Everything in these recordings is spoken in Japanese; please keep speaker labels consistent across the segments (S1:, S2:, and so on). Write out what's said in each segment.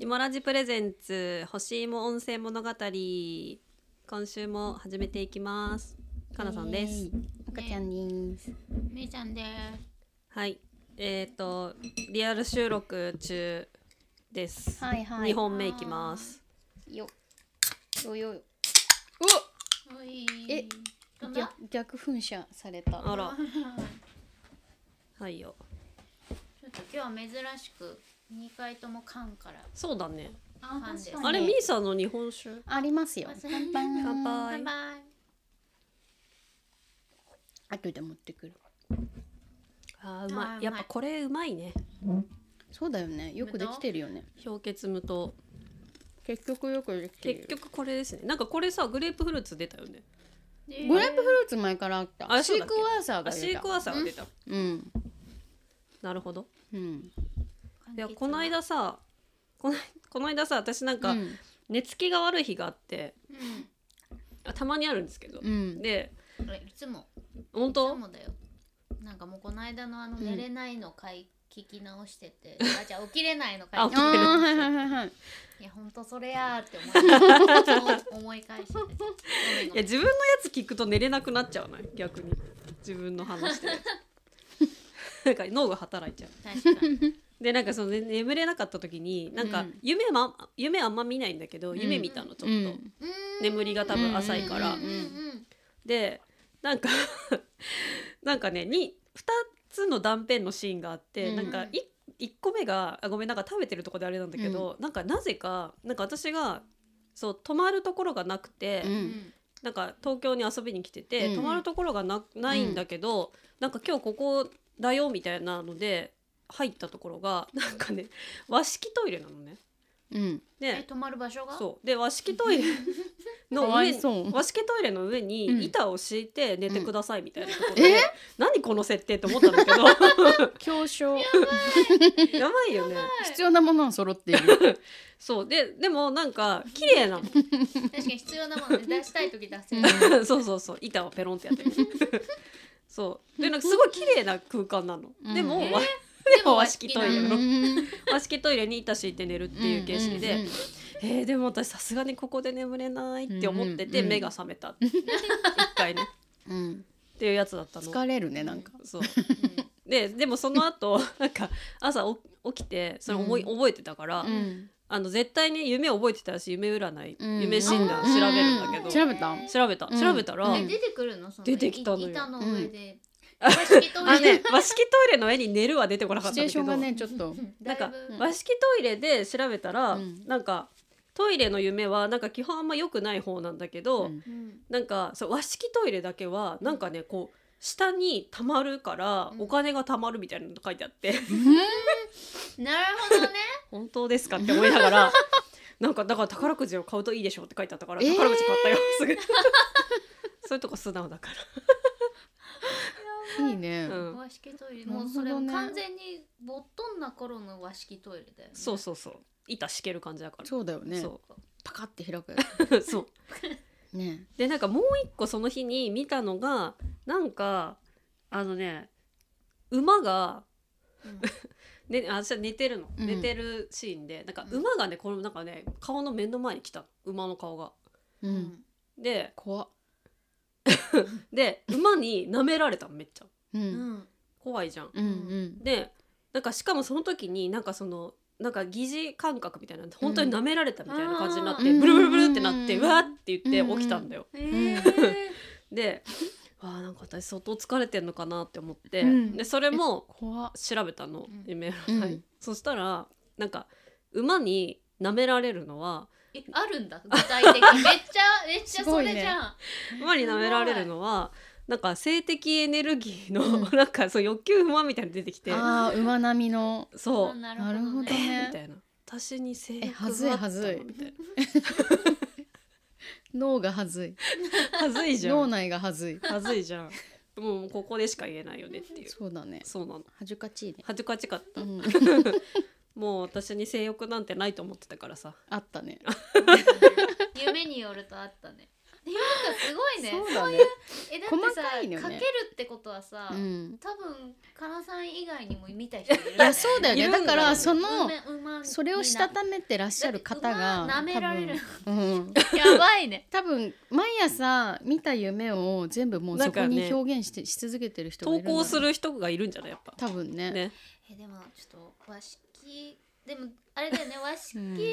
S1: イモラジプレゼンツ欲しいも温泉物語今週も始めていきますかなさんです、
S2: イエーイ。赤ちゃんです。
S3: めいちゃんで
S1: はいえっ、とリアル収録中です、
S2: はいはい。
S1: 二本目いきます
S2: よ。よよ。
S3: す。おい
S2: え
S3: どんな
S2: 逆逆噴射された。
S1: あ
S2: は
S1: ら
S3: ち
S1: はいよ
S3: ょっと今日は珍しく二回とも缶から
S1: そうだね
S3: 缶です。
S2: 確か
S1: あ
S2: に
S1: れミーさんの日本酒
S2: ありますよ。
S3: 乾
S2: バン
S1: 乾杯
S3: 乾杯。
S2: 後で持ってくる。
S1: あーうま
S3: あーうま
S1: い
S3: い
S1: やっぱこれうまいね
S2: そうだよね。よくできてるよね。
S1: 氷結無糖
S2: 結局よくできてる。
S1: 結。局これですねなんかこれさグレープフルーツ出たよね
S2: グレープフルーツ前からあった。
S1: あそ
S2: シ
S1: うだっ
S2: ーク
S1: け
S2: ワーサー
S1: あ
S2: が
S1: シークワーサーが出た
S2: ー。うん。
S1: なるほど
S2: うん。
S1: いやこの間さこのこの間さ私なん
S2: う
S1: か
S2: ん
S1: 寝つきが悪い日があって
S3: うん。
S1: あたまにあるんですけど、
S2: うん。
S1: で
S3: あれいつも
S1: 本
S3: いつ
S1: 当
S3: もだよ。なんかもうこの間のあの
S2: うん
S3: 寝れないの回聞き直してて、あじゃあ起きれないの回
S1: あ
S3: 聞き
S2: あ
S3: 直して
S2: あはいはいはいはい。
S3: いや本当それやーって思い思い返して。ごめんご
S1: い
S3: め
S1: や
S3: ん。
S1: 自分のやつ聞くと寝れなくなっちゃわない逆に自分の話 してるやつなんか脳が働いちゃ
S3: 確かに。
S1: うでなんかその、ね、眠れなかった時になん
S2: う
S1: か
S2: ん
S1: 夢,、ま、夢あんま見ないんだけど
S2: ん
S1: 夢見たのちょっと、
S2: うん。
S3: うーん
S1: 眠りが多分浅いから、
S3: うんうんうん
S1: でなんか なんかねに2つの断片のシーンがあって、
S2: うん
S1: なんかい1個目があごめんなんか食べてるとこであれなんだけど、なんかなぜかなんか私がそう泊まるところがなくて、
S2: う。
S3: うんん
S1: なんか東京に遊びに来てて、
S2: うん
S1: 泊まるところがなないんだけど、なんか今日ここだよみたいなので入ったところがなんかね和式トイレなのね。
S2: うん。
S3: え
S1: で
S3: 泊まる場所が？
S1: そうで和式トイレ
S2: か
S1: の
S2: わ
S1: 上
S2: い
S1: に
S2: そう。
S1: 和式トイレの上
S2: うん
S1: に板を敷いて寝てくださいみたいなところ
S2: うん
S1: で、
S2: え
S1: 何この設定と思ったんだけ ど
S2: 強症。
S1: やばいよね
S2: 必要なものは揃っている。
S1: そうででもなんか綺麗な
S3: 確かに必要なもので出したい時出せる。
S1: の そうそうそう板をペロンってや ってるそうでなんかすごい綺麗な空間なの、でも、
S2: うん
S1: わでも和式トイレ
S3: う
S1: の
S2: ん。
S1: 和式トイレに板敷いて寝るっていう形式で、
S2: うんうんうん
S1: えーでも私さすがにここで眠れないって思ってて
S2: うんうんうん
S1: 目が覚めた一回ね
S2: うん、
S1: っていうやつだったの。
S2: 疲れるねなんか。
S1: そうででもその後なんか朝お起きてそれ思い、
S2: うん
S1: 覚えてたから、
S2: ん、
S1: あの絶対に夢覚えてたし夢占い、
S2: うん
S1: 夢診断
S3: あー
S1: 調べるんだけど、
S2: う調べた
S1: 調べた
S2: うん
S1: 調べたら、
S2: うん
S3: え出てくるのその
S1: 出てきたのよ
S3: い板の上で。
S1: あ
S3: 和式トイレ
S1: あのね和式トイレの絵に寝るは出てこなか
S2: シ
S1: った
S2: チュ
S1: ん
S2: エ
S1: だ
S2: ー
S1: け
S2: ショ
S1: ど
S2: ンがねちょっと。
S1: なんか
S3: だいぶ
S1: 和式トイレで調べたら、
S2: うん
S1: なんかトイレの夢はなんか基本あんま良くない方なんだけど、
S2: うん
S3: うん
S1: なんかそう和式トイレだけはなんかねこう下に溜まるから
S3: うん
S1: お金が溜まるみたいなの書いてあって、
S3: なるほどね。
S1: 本当ですかって思いなが らなんかだから宝くじを買うといいでしょうって書いてあったから、
S2: えー
S1: 宝くじ買ったよすぐそういうとこ素直だか
S2: いいね
S1: ら、う。ん、
S3: 和式トイレ
S2: なるほどね
S3: もうそれも完全にぼっとんな頃の和式トイレだよね。
S1: そうそうそう板敷ける感じだから
S2: そうだよね。
S1: そ
S2: パカって開く。
S1: う そう
S2: ね。
S1: でなんかもう一個その日に見たのがなんかあのね馬が
S3: うん。
S1: ね、あ私は寝てるの、
S2: うん
S1: 寝てるシーンでなんか
S3: うん
S1: 馬がねこのなんかね顔の目の前に来たの馬の顔が。
S2: う。
S3: うんん
S1: で
S2: 怖っ。
S1: で馬に舐められたのめっちゃ
S2: う。
S3: うんん。
S1: 怖いじゃん。
S2: うんうん。
S1: でなんかしかもその時になんかそのなんか疑似感覚みたいな本当に舐められたみたいな感じになって、
S2: うん
S1: ブルブルブルってなって、
S2: うん
S1: うわーって言って起きたんだよ。
S3: え
S1: でわあなんか私相当疲れてんのかなって思って、
S2: うん
S1: でそれも
S2: 怖っ。
S1: 調べたの
S3: うん
S1: 夢の、
S2: うん
S1: はいそしたらなんか馬に舐められるのは
S3: えあるんだ具体的めっちゃめっち
S2: す
S3: ゃ
S2: ご
S3: そ
S2: いね
S3: れじゃん。
S1: 馬に舐められるのはなんか性的エネルギーの、
S2: う
S1: なんかそう欲求不満みたいなの出てきて
S2: ああ馬並みの。
S1: そう、
S3: あ
S1: み
S3: な
S2: なるほど
S3: ね。
S2: ね
S1: たいな私に性
S2: え
S1: 欲
S2: はずい
S1: があった
S2: はずい
S1: のみたい
S2: 脳がはずい。
S1: なはずいじゃ
S2: 脳
S1: ん
S2: 内がはずい。
S1: はずいじゃんもうここでしか言えないよねっていう
S2: そうだね。
S1: そうなの
S2: 恥ずかしいね。
S1: 恥ずかしかった、
S2: うん。
S1: もう私に性欲なんてないと思ってたからさ
S2: あったね。
S3: 夢によるとあったね。っていうかすごいね
S2: そう
S3: そ
S2: だ
S3: う
S2: ね
S3: いうえだって
S2: 細
S3: さ、
S2: かいのよね
S3: かけるってことはさ、
S2: うん
S3: 多分かなさん以外にも見た人いるよね
S2: いやそうだよ
S1: いる
S2: ね
S1: んだ
S2: だ
S1: よ
S2: からその
S3: うまうま
S2: それをしたためてらっしゃる方が
S3: だって馬舐められる
S2: 多分うん
S3: やばいね
S2: 多分毎朝見た夢を全部もう
S1: なん
S2: そこ
S1: かね
S2: に表現して、し続けてる人が
S1: 投
S2: いるんだろ
S1: 稿
S2: う
S1: する人がいるんじゃないやっぱ。
S2: 多分ね
S1: ね。
S3: えでもちょっと和式でもあれだよね和式
S2: うん
S3: トイ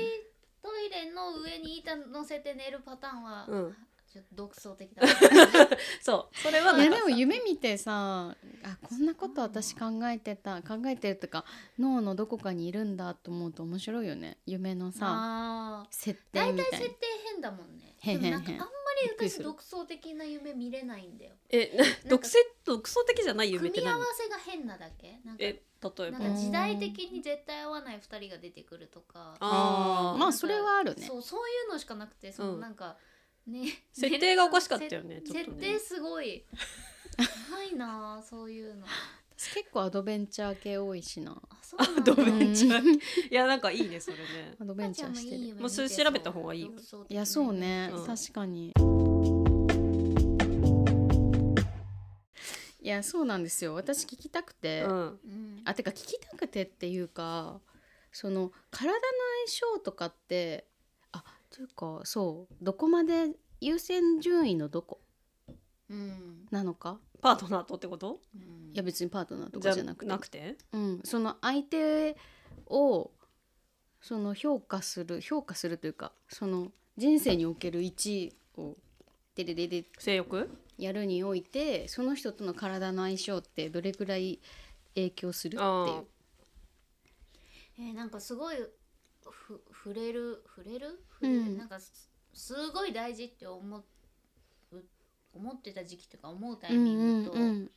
S3: レの上に板乗せて寝るパターンは、
S1: うん。
S3: ちょっと独創的 だな
S1: そう。それは
S2: い
S1: な
S2: や
S1: んか
S2: で
S1: さ
S2: も夢見てさあこんなこと私考えてた考えてるとか脳のどこかにいるんだと思うと面白いよね夢のさ
S3: あー
S2: 設定
S3: 大
S2: みた
S3: 体
S2: いな
S3: 設定変だもんね
S2: 変変変
S3: でもなんかあんま
S2: びっく
S3: り
S2: りす
S3: 私
S2: る
S3: 独創的な夢見れないんだよ
S1: え、な独占独創的じゃない夢
S3: 組
S1: って
S3: み合
S1: 何
S3: わ？せが変なだけなんか
S1: え、例えば
S3: なん。か時代的に絶対合わない2人が出てくるとか
S1: あ
S2: あ
S1: あ。
S2: ー
S1: ま
S2: ま
S1: あ
S2: あそれはあるね
S3: そうそういうのしかなくてその
S1: うん
S3: なんか、ね
S1: 設定がおかしかったよね
S3: せ
S1: ちょっとね
S3: 設定すごいないなあそういうの
S2: 私結構アドベンチャー系多いしな
S3: あそうなんだ
S1: アドベ
S2: うん
S1: ンチャーいやなんかいいねそれね。
S2: アドベンチャーしてる
S1: もうそれ調べた方がいいよ
S2: いやそうね、
S1: うん
S2: 確かにいやそうなんですよ私聞きたくて、
S1: うん。
S3: うん
S2: あてか聞きたくてっていうかその体の相性とかってあというかそうどこまで優先順位のどこ
S3: うん
S2: なのか
S1: パートナーとってこと？
S3: うん
S2: いや別にパートナーと
S1: じ
S2: か
S1: ゃ
S2: じゃなくて
S1: なくて？
S2: うん、その相手をその評価する評価するというかその人生における1をデレデレ
S1: 性欲？
S2: やるにおいてその人との体の相性ってどれくらい影響するって
S1: あ
S2: い
S1: ー
S2: う
S3: えーなんかすごいふ触れる触れる触
S2: う
S3: れ
S2: ん
S3: る、なんかすすごい大事って思う思ってた時期とか思うタイミングと、
S2: うん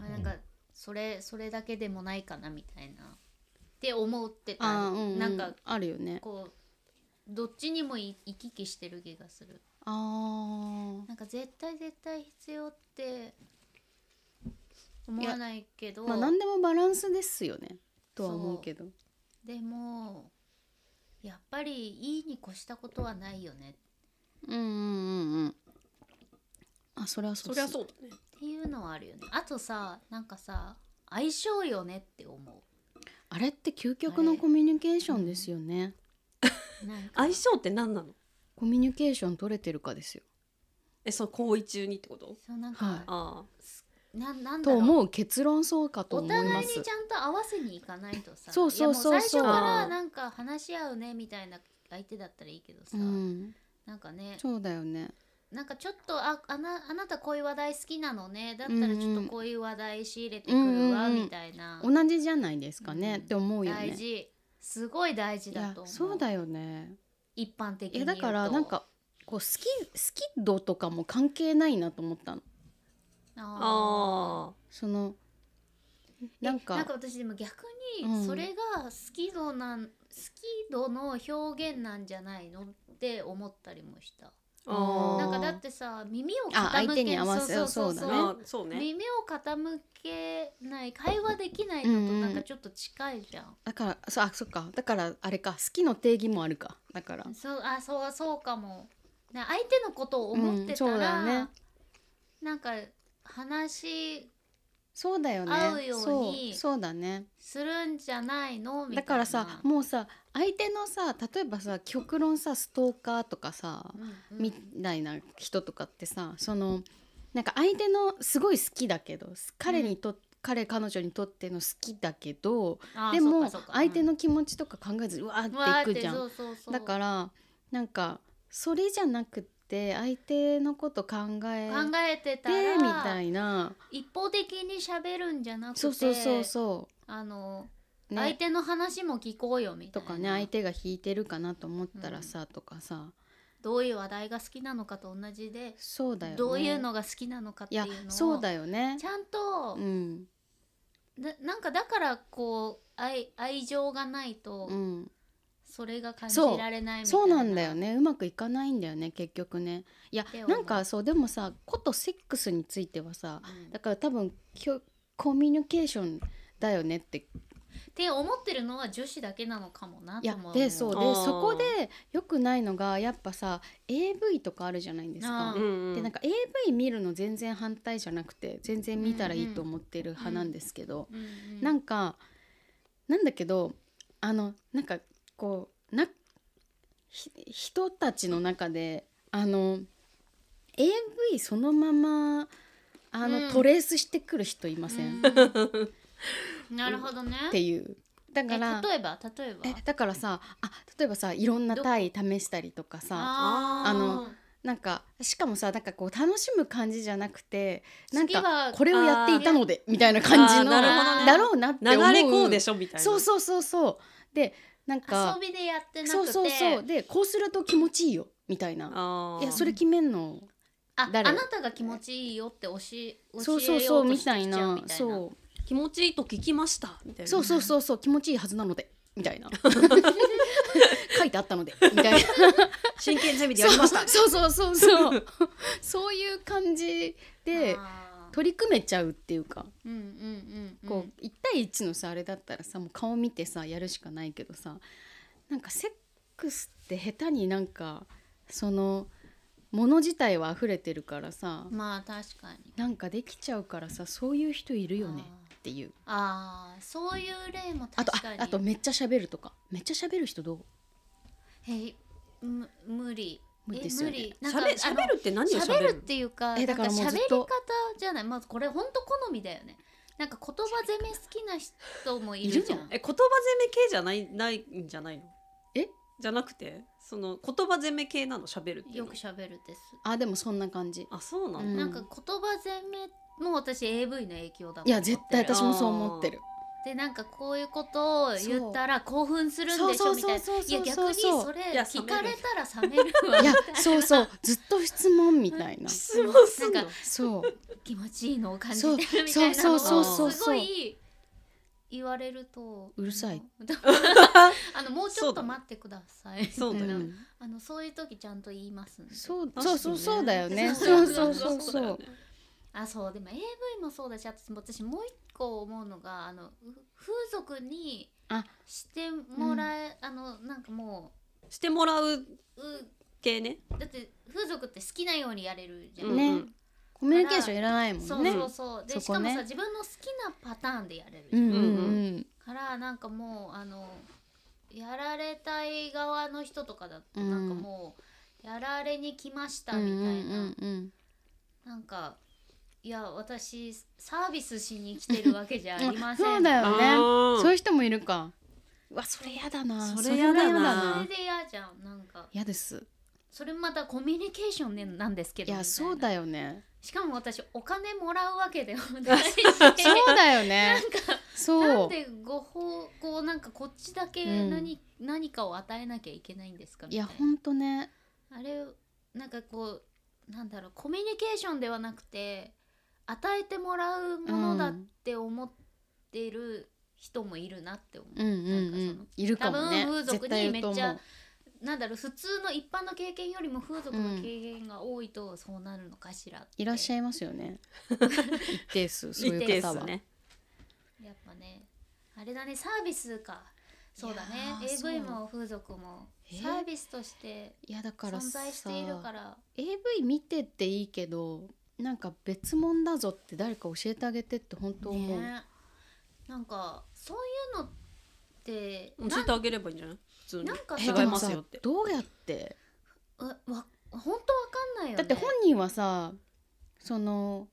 S3: あなんかそれそれだけでもないかなみたいなって思ってた、
S2: あーうんうん
S3: なんか
S2: あるよね
S3: こうどっちにもい行き来してる気がする
S2: あー
S3: なんか絶対絶対必要って思わないけど
S2: まあ何でもバランスですよねとは思うけど
S3: でもやっぱりいいに越したことはないよね
S2: うんうんうんうんあそれはそ
S1: そ
S2: うっ
S1: りゃ
S2: す
S1: そうだね。
S3: っていうのはあるよねあとさなんかさ相性よねって思う
S2: あれって究極のコミュニケーションですよね
S3: なんか
S1: 相性って何なの？
S2: コミュニケーション取れてるかですよ
S1: え、その行為中にってこと？
S3: そうなんか、
S2: はい
S1: あ
S3: ななん
S2: と
S3: だろう
S2: 思う結論そうかと
S3: お
S2: 思いま
S3: 互いに
S2: す
S3: ちゃんと合わせにいかないとさ
S2: そうそうそうそう
S3: いやも最初か
S1: あ
S3: ら
S1: ー
S3: なんか話し合うねみたいな相手だったらいいけどさ、
S2: うん、
S3: なんかね
S2: そうだよね
S3: なんかちょっとああなあなたこういう話題好きなのねだったらちょっとこういう話題仕入れてくるわ
S2: うんうんうん
S3: みたいな、
S2: 同じじゃないですかね、
S3: うん
S2: って思うよね
S3: 大事すごい大事
S2: い
S3: だ
S2: や
S3: と思う
S2: そうだよね
S3: 一般的
S2: い
S3: に
S2: やだ
S3: 言うと
S2: からなんかこう好き好き度とかも関係ないなと思ったの
S1: あ。
S3: あー
S1: あ
S2: そのなんか
S3: なんか私でも逆
S2: う
S3: に
S2: ん
S3: それが好き度なん、好き度の表現なんじゃないのって思ったりもした
S1: あ。ああ。
S3: なんかだってさ耳を傾け
S2: あ相手に合わせ
S3: そうそう
S2: そ
S3: そう
S1: あ
S2: うだ
S1: ーそうね。
S3: 耳を傾けない会話できないのと
S2: うんうん
S3: なんかちょっと近いじゃん、
S2: だからそうあそっかだからあれか好きの定義もあるかだから
S3: そうあそうそうかもな相手のことを思ってたら、
S2: うんそうだね
S3: なんか話
S2: そうだよね
S3: 合うように
S2: そうそうだね
S3: するんじゃないのみ
S2: だ
S3: たいな
S2: からさもうさ相手のさ例えばさ極論さストーカーとかさ、
S3: うんうん
S2: みたいな人とかってさそのなんか相手のすごい好きだけど彼にと、彼彼女にとっての好きだけど
S3: あー
S2: で
S3: そう
S2: も
S3: かそうか
S2: 相手の気持ちとか考えずうわーっ
S3: う
S2: て
S3: んわー
S2: い
S3: って
S2: くじゃん
S3: そうそうそう
S2: だからなんかそれじゃなくて相手のこと考え
S3: 考えてた
S2: て
S3: ら
S2: みたいな
S3: 一方的に喋るんじゃなくて
S2: そうそうそうそ
S3: あの、
S2: う、
S3: 相
S2: ね、
S3: 手の話も聞こうよみ
S2: と
S3: たいな
S2: かね相手が引いてるかなと思ったらさ、とかさ
S3: どういう話題が好きなのかと同じで、
S2: そうだよね
S3: どういうのが好きなのかっ
S2: い
S3: ていう
S2: や
S3: のを
S2: そうだよね
S3: ちゃんと
S2: う、ん
S3: ななんかだからこう愛愛情がないと
S2: うん
S3: それが感じ
S2: そう
S3: られないみたいな、
S2: そうなんだよねうまくいかないんだよね結局ねいや
S3: て思う
S2: なんかそうでもさことセックスについてはさ
S3: うん、
S2: だから多分きょコミュニケーションだよねって
S3: って思ってるのは女子だけなのかもないと
S2: や
S3: 思う
S2: でそう
S1: あ
S2: で
S1: ー
S2: そこで良くないのがやっぱさ AV とかあるじゃないです
S3: あ
S2: か
S1: う。ん
S2: でなんか AV 見るの全然反対じゃなくて全然見たらいいと思ってる派なんですけど、
S3: うんうん
S2: なんかなんだけどあのなんかこうなひ人たちの中であの AV そのままあの、
S3: うん
S2: トレースしてくる人いません、っ
S3: うんなるほどね
S2: ていうだ
S3: え
S2: から
S3: 例えば例えば
S2: えだからさあ例えばさいろんな体位試したりとかさ
S3: あー
S2: あのなんかしかもさなんかこう楽しむ感じじゃなくてなん
S3: 次は
S2: かこれをやっていたのでみたいな感じの
S1: あーな
S3: るほ
S2: だろう
S3: どね
S2: なって
S1: 流
S2: 思う
S1: れこうでしょみたいな
S2: そうそうそうそうでなんか
S3: 遊びでやってなくて
S2: そうそうそうでこうすると気持ちいいよみたいな
S1: あー
S2: いやそれ決めんの
S3: あ
S2: 誰
S3: あなたが気持ちいいよって教え
S2: そ
S3: 教
S2: うそう
S3: え
S2: そ
S3: よ
S2: う
S3: うと
S2: み
S3: してきちゃ
S2: た
S3: う
S2: い
S3: みたい
S2: な
S3: な
S2: そ
S1: 気持ちいいと聞きましたみたいうな
S2: そうそうそうそう気持ちいいはずなのでみたい な書いてあったのでみたいな
S1: 真剣ゼミでやりました
S2: そうそうそうそう そうそういう感じで
S3: あー
S2: 取り組めちゃうっていうか
S3: うんうんうんうん
S2: こう1対1のさあれだったらさもう顔見てさやるしかないけどさなんかセックスって下手になんかそのもの自体は溢れてるからさ
S3: まあ確かに
S2: なんかできちゃうからさそういう人いるよねっていう
S3: あーあーそういう例も
S2: あと
S3: 確
S2: あ
S3: かに
S2: あとめっちゃ喋るとかめっちゃ喋る人どう
S3: えむ無理
S2: 無理
S3: え
S2: ですよね
S3: 無理なんか
S1: 喋
S3: あの
S1: 喋るって何を
S3: 喋
S1: 喋
S3: るっ
S1: る
S3: ていうか
S2: えだからもう
S3: なん
S2: ず
S3: 喋
S2: っ
S3: り
S2: と
S3: 方じゃないまずこれ本当好みだよねなんか言葉攻め好きな人もい
S2: いる
S3: る
S2: の
S3: じゃん
S1: え言葉攻め系じゃないないんじゃないの
S2: え
S1: じゃなくてその言葉攻め系なの喋るっていう
S3: よ
S1: の
S3: く喋るです
S2: あでもそんな感じ
S1: あそうなんだ、
S2: うん
S3: なんか言葉攻めも私 AV の影響だと思って
S2: いや絶対
S1: だ
S2: 私もそう思ってる
S3: でなんかこういうことを言ったら興奮するん
S2: そう
S3: でし
S2: そ
S3: ょ
S2: う
S3: みたい
S2: そう
S3: な
S2: そう
S3: いや
S2: そうそう
S3: 逆に
S2: そう
S3: それ
S1: いや
S3: 聞かれたら冷めるわ
S2: いやそうそうずっと質問みたいな
S1: 質問すん
S3: な
S1: の
S3: んか
S2: そう
S3: 気持ちいいのを感じてるみたいなのを
S1: そ
S2: そうそう
S1: うそうそう
S3: すごい言われると
S2: うるさい
S3: あのもうちょっと待ってください
S1: そうだよね
S2: うん
S3: あのそういう時ちゃんと言いますんで
S2: そう
S1: 確かに
S2: そう
S1: ね
S2: そうそうだよね
S3: そ
S2: そうう
S3: そ
S2: そうう
S3: そ
S2: そうう
S3: そ
S1: だ
S2: そ
S3: う
S1: よ
S2: う
S1: ね
S3: あそうでも AV もそうだしあと私もう一個思うのがあのう風俗に
S2: あ
S3: してもらえ、あのなんかも
S1: してもらう
S3: うう
S1: 系ね
S3: だって風俗って好きなようにやれるじゃん、
S1: うん
S2: ね、
S1: うん
S2: コミュニケーションいらないもんね
S3: そうそうそう、で
S2: そ
S3: し
S2: こ
S3: かも
S2: ね
S3: さ自分の好きなパターンでやれるじゃ、
S2: うんんうん
S1: う
S3: からなんかもうあのやられたい側の人とかだと
S2: うん
S3: なんかもう、やられに来ました
S2: うん
S3: みたいな、
S2: うんうん
S3: なんかいや私サービスしに来てるわけじゃあ
S2: うん
S3: りません
S2: そうだ
S1: あ
S2: よね
S1: ー
S2: そういう人もいるかうわそれやだな
S1: それやだな
S2: それはや
S3: そ
S2: だ
S3: れで嫌じゃんなんか
S2: 嫌です
S3: それまたコミュニケーション、ね、なんですけ
S2: い
S3: ど
S2: やそう
S3: よ
S2: だよね
S3: しかも私お金もらうわけで もないし
S2: そうだよね
S3: な
S2: そ
S3: ん
S2: う
S3: でご報こうなんかこっちだけ
S2: うん
S3: 何,、何かを与えなきゃいけないんですか
S2: い
S3: みたい
S2: や
S3: な
S2: ほんとね
S3: あれなんかこうなんだろうコミュニケーションではなくて与えてもらうものだって思ってる人もいるなって思う、
S2: うんうんう
S3: なんか
S2: んいるかもね
S3: 多分風俗
S2: 絶
S3: に
S2: 対い
S3: め
S2: る
S3: っ
S2: と
S3: ち
S2: 思
S3: ゃ
S2: う
S3: なんだろう普通の一般の経験よりも風俗の経験が多いとそうなるのかしらって
S2: いらっしゃいますよね一定 数そう
S1: 一
S2: い
S1: 定
S2: う方
S1: 数
S2: は
S1: ね
S3: やっぱねあれだねサービスかそうだね
S2: いやー
S3: AV
S2: そう
S3: も風俗も
S2: え
S3: サービスとして
S2: いやだから
S3: 存
S2: さ
S3: 在しているから
S2: AV 見てっていいけどなんか別物だぞって誰か教えてあげてって本当思う、
S3: ねなんかそういうのって
S1: 教えてあげればいいんじゃない普通に
S3: なんか
S2: え
S3: さ
S1: 違
S2: で
S1: い
S2: も
S1: ます
S2: さ
S1: よって
S2: どうやって
S3: わわ本当わかんないよ
S2: だ
S3: ね
S2: って本人はさその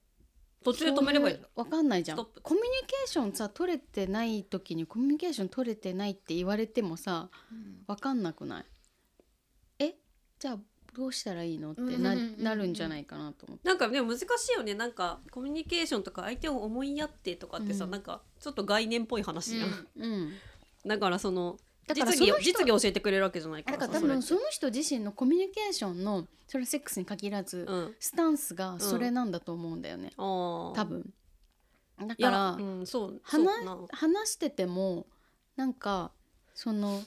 S1: 途中で止めればいいじ
S2: そううわかんないじゃん
S1: スト
S2: コ
S1: ップ
S2: ミュニケーションさ取れてない時にコミュニケーション取れてないって言われてもさ
S3: うん
S2: わかんなくないえじゃあどうしたらいいのって
S3: う
S2: なん
S3: うんうんうん
S2: なるんじゃないかなと思って
S1: ゃんなんかでも難しいよねなんかコミュニケーションとか相手を思いやってとかってさ、
S2: うん
S1: なんかちょっと概念っぽい話じゃん、
S3: うん
S2: うん
S1: だからその
S2: だから
S1: 実技
S2: そ
S1: を
S2: の人
S1: 実技を教えてくれるわけじゃないか
S2: だ
S1: ら
S2: か
S1: さ
S2: ら多
S1: それっ
S2: 分
S1: て
S2: その人自身のコミュニケーションのそれはセックスに限らず、
S1: うん
S2: スタンスがそれなんだと思うんだよね、
S1: ああ
S2: 多分だ
S1: い
S2: か
S1: や
S2: ら、
S1: うん、そうそう
S2: 話
S1: かな
S2: 話しててもなんかその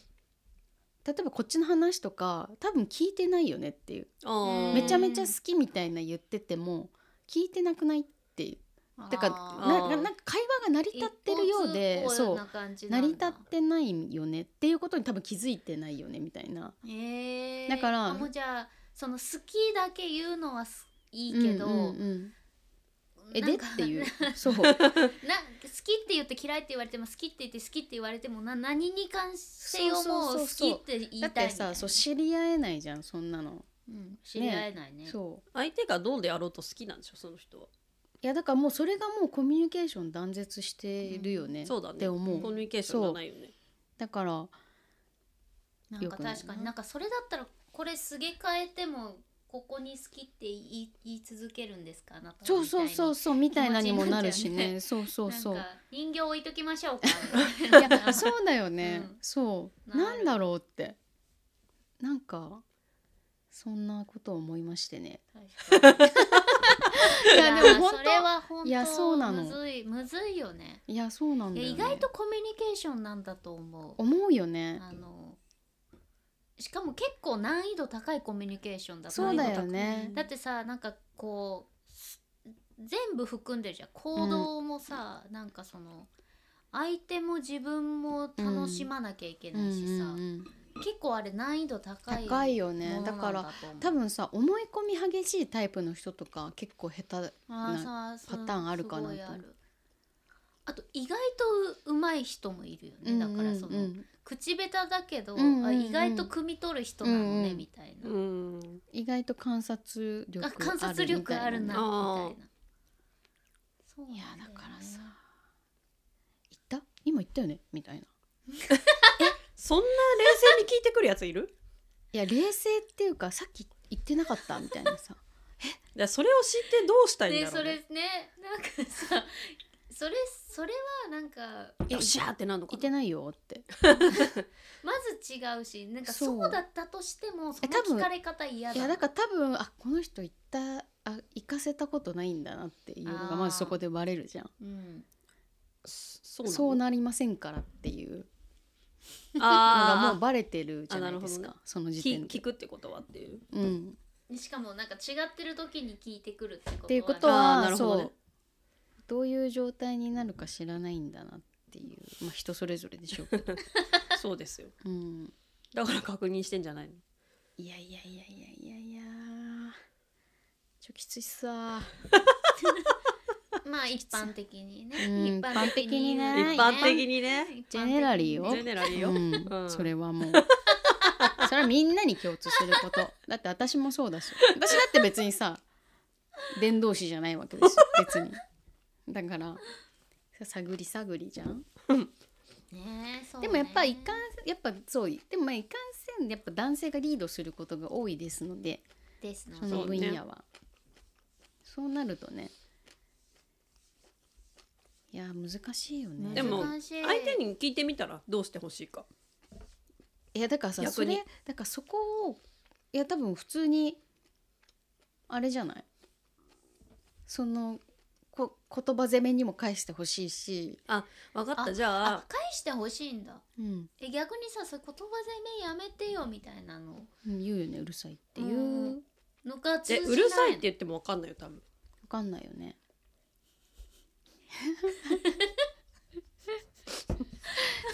S2: 例えばこっちの話とか多分聞いてないよねっていう
S1: あー
S2: めちゃめちゃ好きみたいな言ってても聞いてなくないっていうてか
S3: あ
S2: な
S3: ー
S2: なんか会話が成り立ってるようで
S3: 一方通行
S2: そう
S3: な感じな
S2: 成
S3: んだ
S2: り立ってないよねっていうことに多分気づいてないよねみたいな。
S3: へー
S2: だから
S3: あもうじゃあその好きだけ言うのはすいいけど、
S2: うんうんうんえ
S3: な
S2: で
S3: ん
S2: っ
S3: か
S2: ていう そう
S3: な好きって言って嫌いって言われても好きって言って好きって言われてもな何に関してよもう
S2: そうそう
S3: 好
S2: そうそう
S3: きって言いた
S2: だ
S3: い
S2: って
S3: みたい
S2: さ
S3: な
S2: そう知り合えないじゃんそんなの、
S3: うん知り合えないね
S2: そう
S1: 相手がどうであろうと好きなんでしょその人は、
S2: いやだからもうそれがもうコミュニケーション断絶してるよね、
S1: そうだ
S2: っ
S1: ね
S2: て
S1: コ
S2: 思
S1: ミ
S2: う
S1: ュニケーションがないよね
S2: だから
S3: なん
S2: よ
S3: か
S2: くない
S3: 確かになんかそれだったらこれすげ替えてもここに好きって言い言い続けるんですかあなたは
S2: そうそうそうそうみたいなにもなるし
S3: 気持ちになっちゃう
S2: ねそうそうそう
S3: なんか人形置いときましょうかみたい
S2: い
S3: な
S2: やそうだよね、
S3: うん
S2: そう
S3: な
S2: な
S3: る
S2: んだろうってなんかそんなことを思いましてね
S3: 確かに
S2: いやでも本
S3: それは本当
S2: いやそうなの
S3: むずいむずいよね
S2: 当いやそうなん
S3: い
S2: だ
S3: や
S2: よ、ね、
S3: 意外とコミュニケーションなんだと思う
S2: 思うよね
S3: あのしかも結構難易度高いコミュニケーションだと
S2: そ
S3: 思
S2: うだよね
S3: だってさなんかこうす全部含んでるじゃん行動もさ、なんかその相手も自分も楽しまなきゃいけ
S2: うん
S3: ないしさ、
S2: うんうん
S3: 結構あれ難易度高い
S2: 高いよね
S3: ものなん
S2: だから
S3: と思う
S2: 多分さ思い込み激しいタイプの人とか結構下手
S3: あーそう
S2: パターンあるかなと
S3: すごいあるあと意外とうまい人もいるよねだからその、
S2: うんうんうん
S3: 口下手だけど、
S2: うんうんうん
S3: あ意外と汲み取る人なのね、
S2: うんうん
S3: みたいな、
S1: うん
S2: 意外と観察力あ
S3: あ
S2: る
S3: 観察力あるなみた
S2: み
S3: いな
S1: あー
S3: そう
S2: たいないや
S3: なんよ
S2: だ
S3: ね
S2: からさ言った今言ったよねみたいない
S1: そんな冷静に聞いてくるやついる
S2: や冷静っていうかさっき言ってなかったみたいな さ
S1: いやそれを知ってどうしたいん
S3: で
S1: だろ、
S3: そう
S1: ね
S3: れねなんかさ それそれはなんか
S1: よっしゃーってなるのか
S2: 言っ
S1: な
S2: てないよって
S3: まず違うしなんか
S2: そ
S3: そううだったとしてもそ
S2: え多分
S3: の聞かれ方嫌だ
S2: いやだから多分あこの人行ったあ行かせたことないんだなっていうの
S3: あ
S2: が
S3: ー
S2: まずそこでバレるじゃん
S3: うん、
S1: そ
S2: そう
S1: な
S2: なりませんからっていう
S1: の
S2: のが
S1: あ
S2: もう
S1: ーあ
S2: バレてるじゃないです
S1: あなるほどね
S2: かその
S1: ー
S2: 時
S1: き
S2: 点で
S1: 聞くってことはっていう
S2: うん
S3: しかもなんか違ってる時に聞いてくるってこと
S2: っていうこと
S1: あー
S2: は
S1: なるほ
S2: そ
S1: ど
S2: う
S1: ね
S2: どういう状態になるか知らないんだなっていうまあ人それぞれでし ょうけど、
S1: そうですよ
S2: うん、
S1: だから確認してんじゃないの
S2: いやいやいやいやいやいやちょきついっさ
S3: まあ一般的にね
S2: うん
S3: 言う
S2: はい
S1: 一般的にね
S2: ジェネラリーを
S1: ジェネラリー
S2: う
S1: を
S2: ん
S1: うん
S2: それはもう それはみんなに共通することだって私もそうだし私だって別にさ伝道師じゃないわけですよ 別にだから探り探りじゃん
S3: ねそうね
S2: でもやっぱ一貫やっぱそうでもまあいかんせんやっぱ男性がリードすることが多いですので
S3: ですの
S2: そ
S3: で
S2: の
S1: そう
S2: 分
S1: ね
S2: 野はそう,、なるとねいや難しいよね
S1: でも
S3: 難しい
S1: 相手に聞いてみたらどうしてほしいか
S2: いやだからさそ
S1: 逆に
S2: れだからそこをいや多分普通にあれじゃないそのこ言葉攻めにも返してほしいし、
S1: 分かった
S3: あ
S1: じゃ
S3: あ
S1: あ
S3: 返してほしいんだ
S2: うん、
S3: え逆にさそれ言葉攻めやめてよみたいなの
S2: 言うよねうるさいっていう、
S3: うん
S2: わ
S3: のが通
S1: え
S3: じないう
S1: るさいって言っても分かんないよ多分
S2: かんないよ ね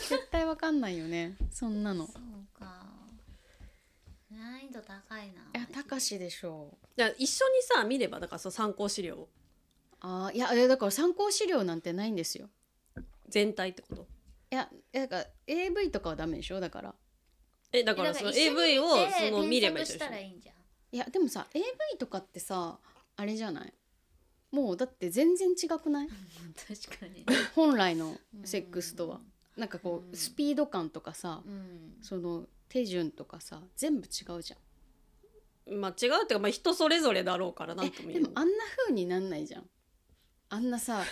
S2: 絶対わかんないよねそんなの
S3: そうか難易度高いない
S2: やたかしでしょう
S1: じゃあ一緒にさ見ればだからさ参考資料を
S2: あーいやいやだから参考資料なんてないんですよ
S1: 全体ってこと
S2: いやいやだから AV とかはダメでしょだから
S1: えだからその AV をその見ればいい
S3: し
S1: でしたょ
S3: らいいんじゃん
S2: いやでもさ AV とかってさあれじゃないもうだって全然違くない
S3: 確かに
S2: 本来のセックスとはなんかこ
S3: う
S2: うんスピード感とかさ
S3: うん
S2: その手順とかさ全部違うじゃん
S1: まあ違うっていうか、まあ、人それぞれだろうからなんとも
S2: えで
S1: 言え
S2: も
S1: ない
S2: あんな風になんないじゃんあんな さ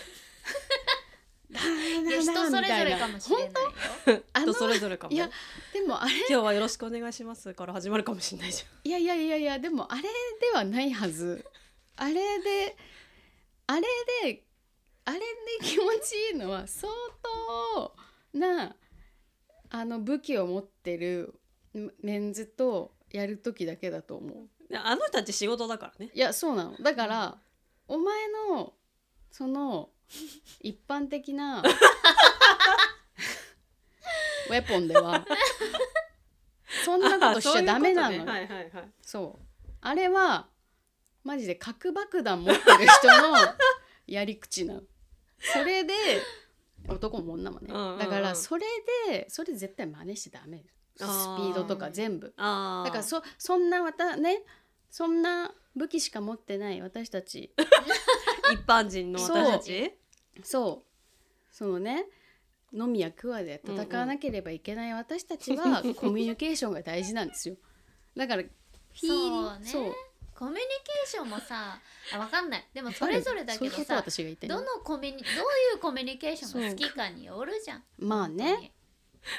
S2: だー
S3: いや
S2: だーだー
S3: 人そ
S2: み
S3: れ
S2: た
S3: ぞれ
S2: い
S3: か
S2: な
S3: もしれないよ
S2: あ
S1: 人
S2: の
S1: それぞれかも
S2: い
S1: ね
S2: やでもあれ
S1: 今日はよろしくお願いしますから始まるかもしれないじ
S2: いやいやいやいやでもあれではないはずあれであれであれで気持ちいいのは相当なあの武器を持ってるメンズとやる時だけだと思う
S1: ゃんあの人たち仕事だからね
S2: いやそうなのだから、お前のその一般的な ウェポンではそんなことしちゃダメなの
S1: あそうい
S2: よ
S1: うことねはいはいはい
S2: そうあれはマジで核爆弾持ってる人のやり口 なのそれで男も女もね、
S1: うんうんうん
S2: だからそれでそれ絶対真似しちゃダメスピ
S1: あー
S2: ードとか全部
S1: あー
S2: だからそそんなわたねそんな武器しか持ってない私たち
S1: 一般人の私たち
S2: そうそのね飲みやクワで戦わなければいけない私たちはコミュニケーションが大事なんですよだからフィーリン
S3: そうね
S2: う
S3: コミュニケーションもさあわかんないでもそれぞれだけど
S2: そういうことを
S3: さ
S2: 私が言いたいの
S3: どのコミュニどういうコミュニケーションが好きかによるじゃん
S2: まあね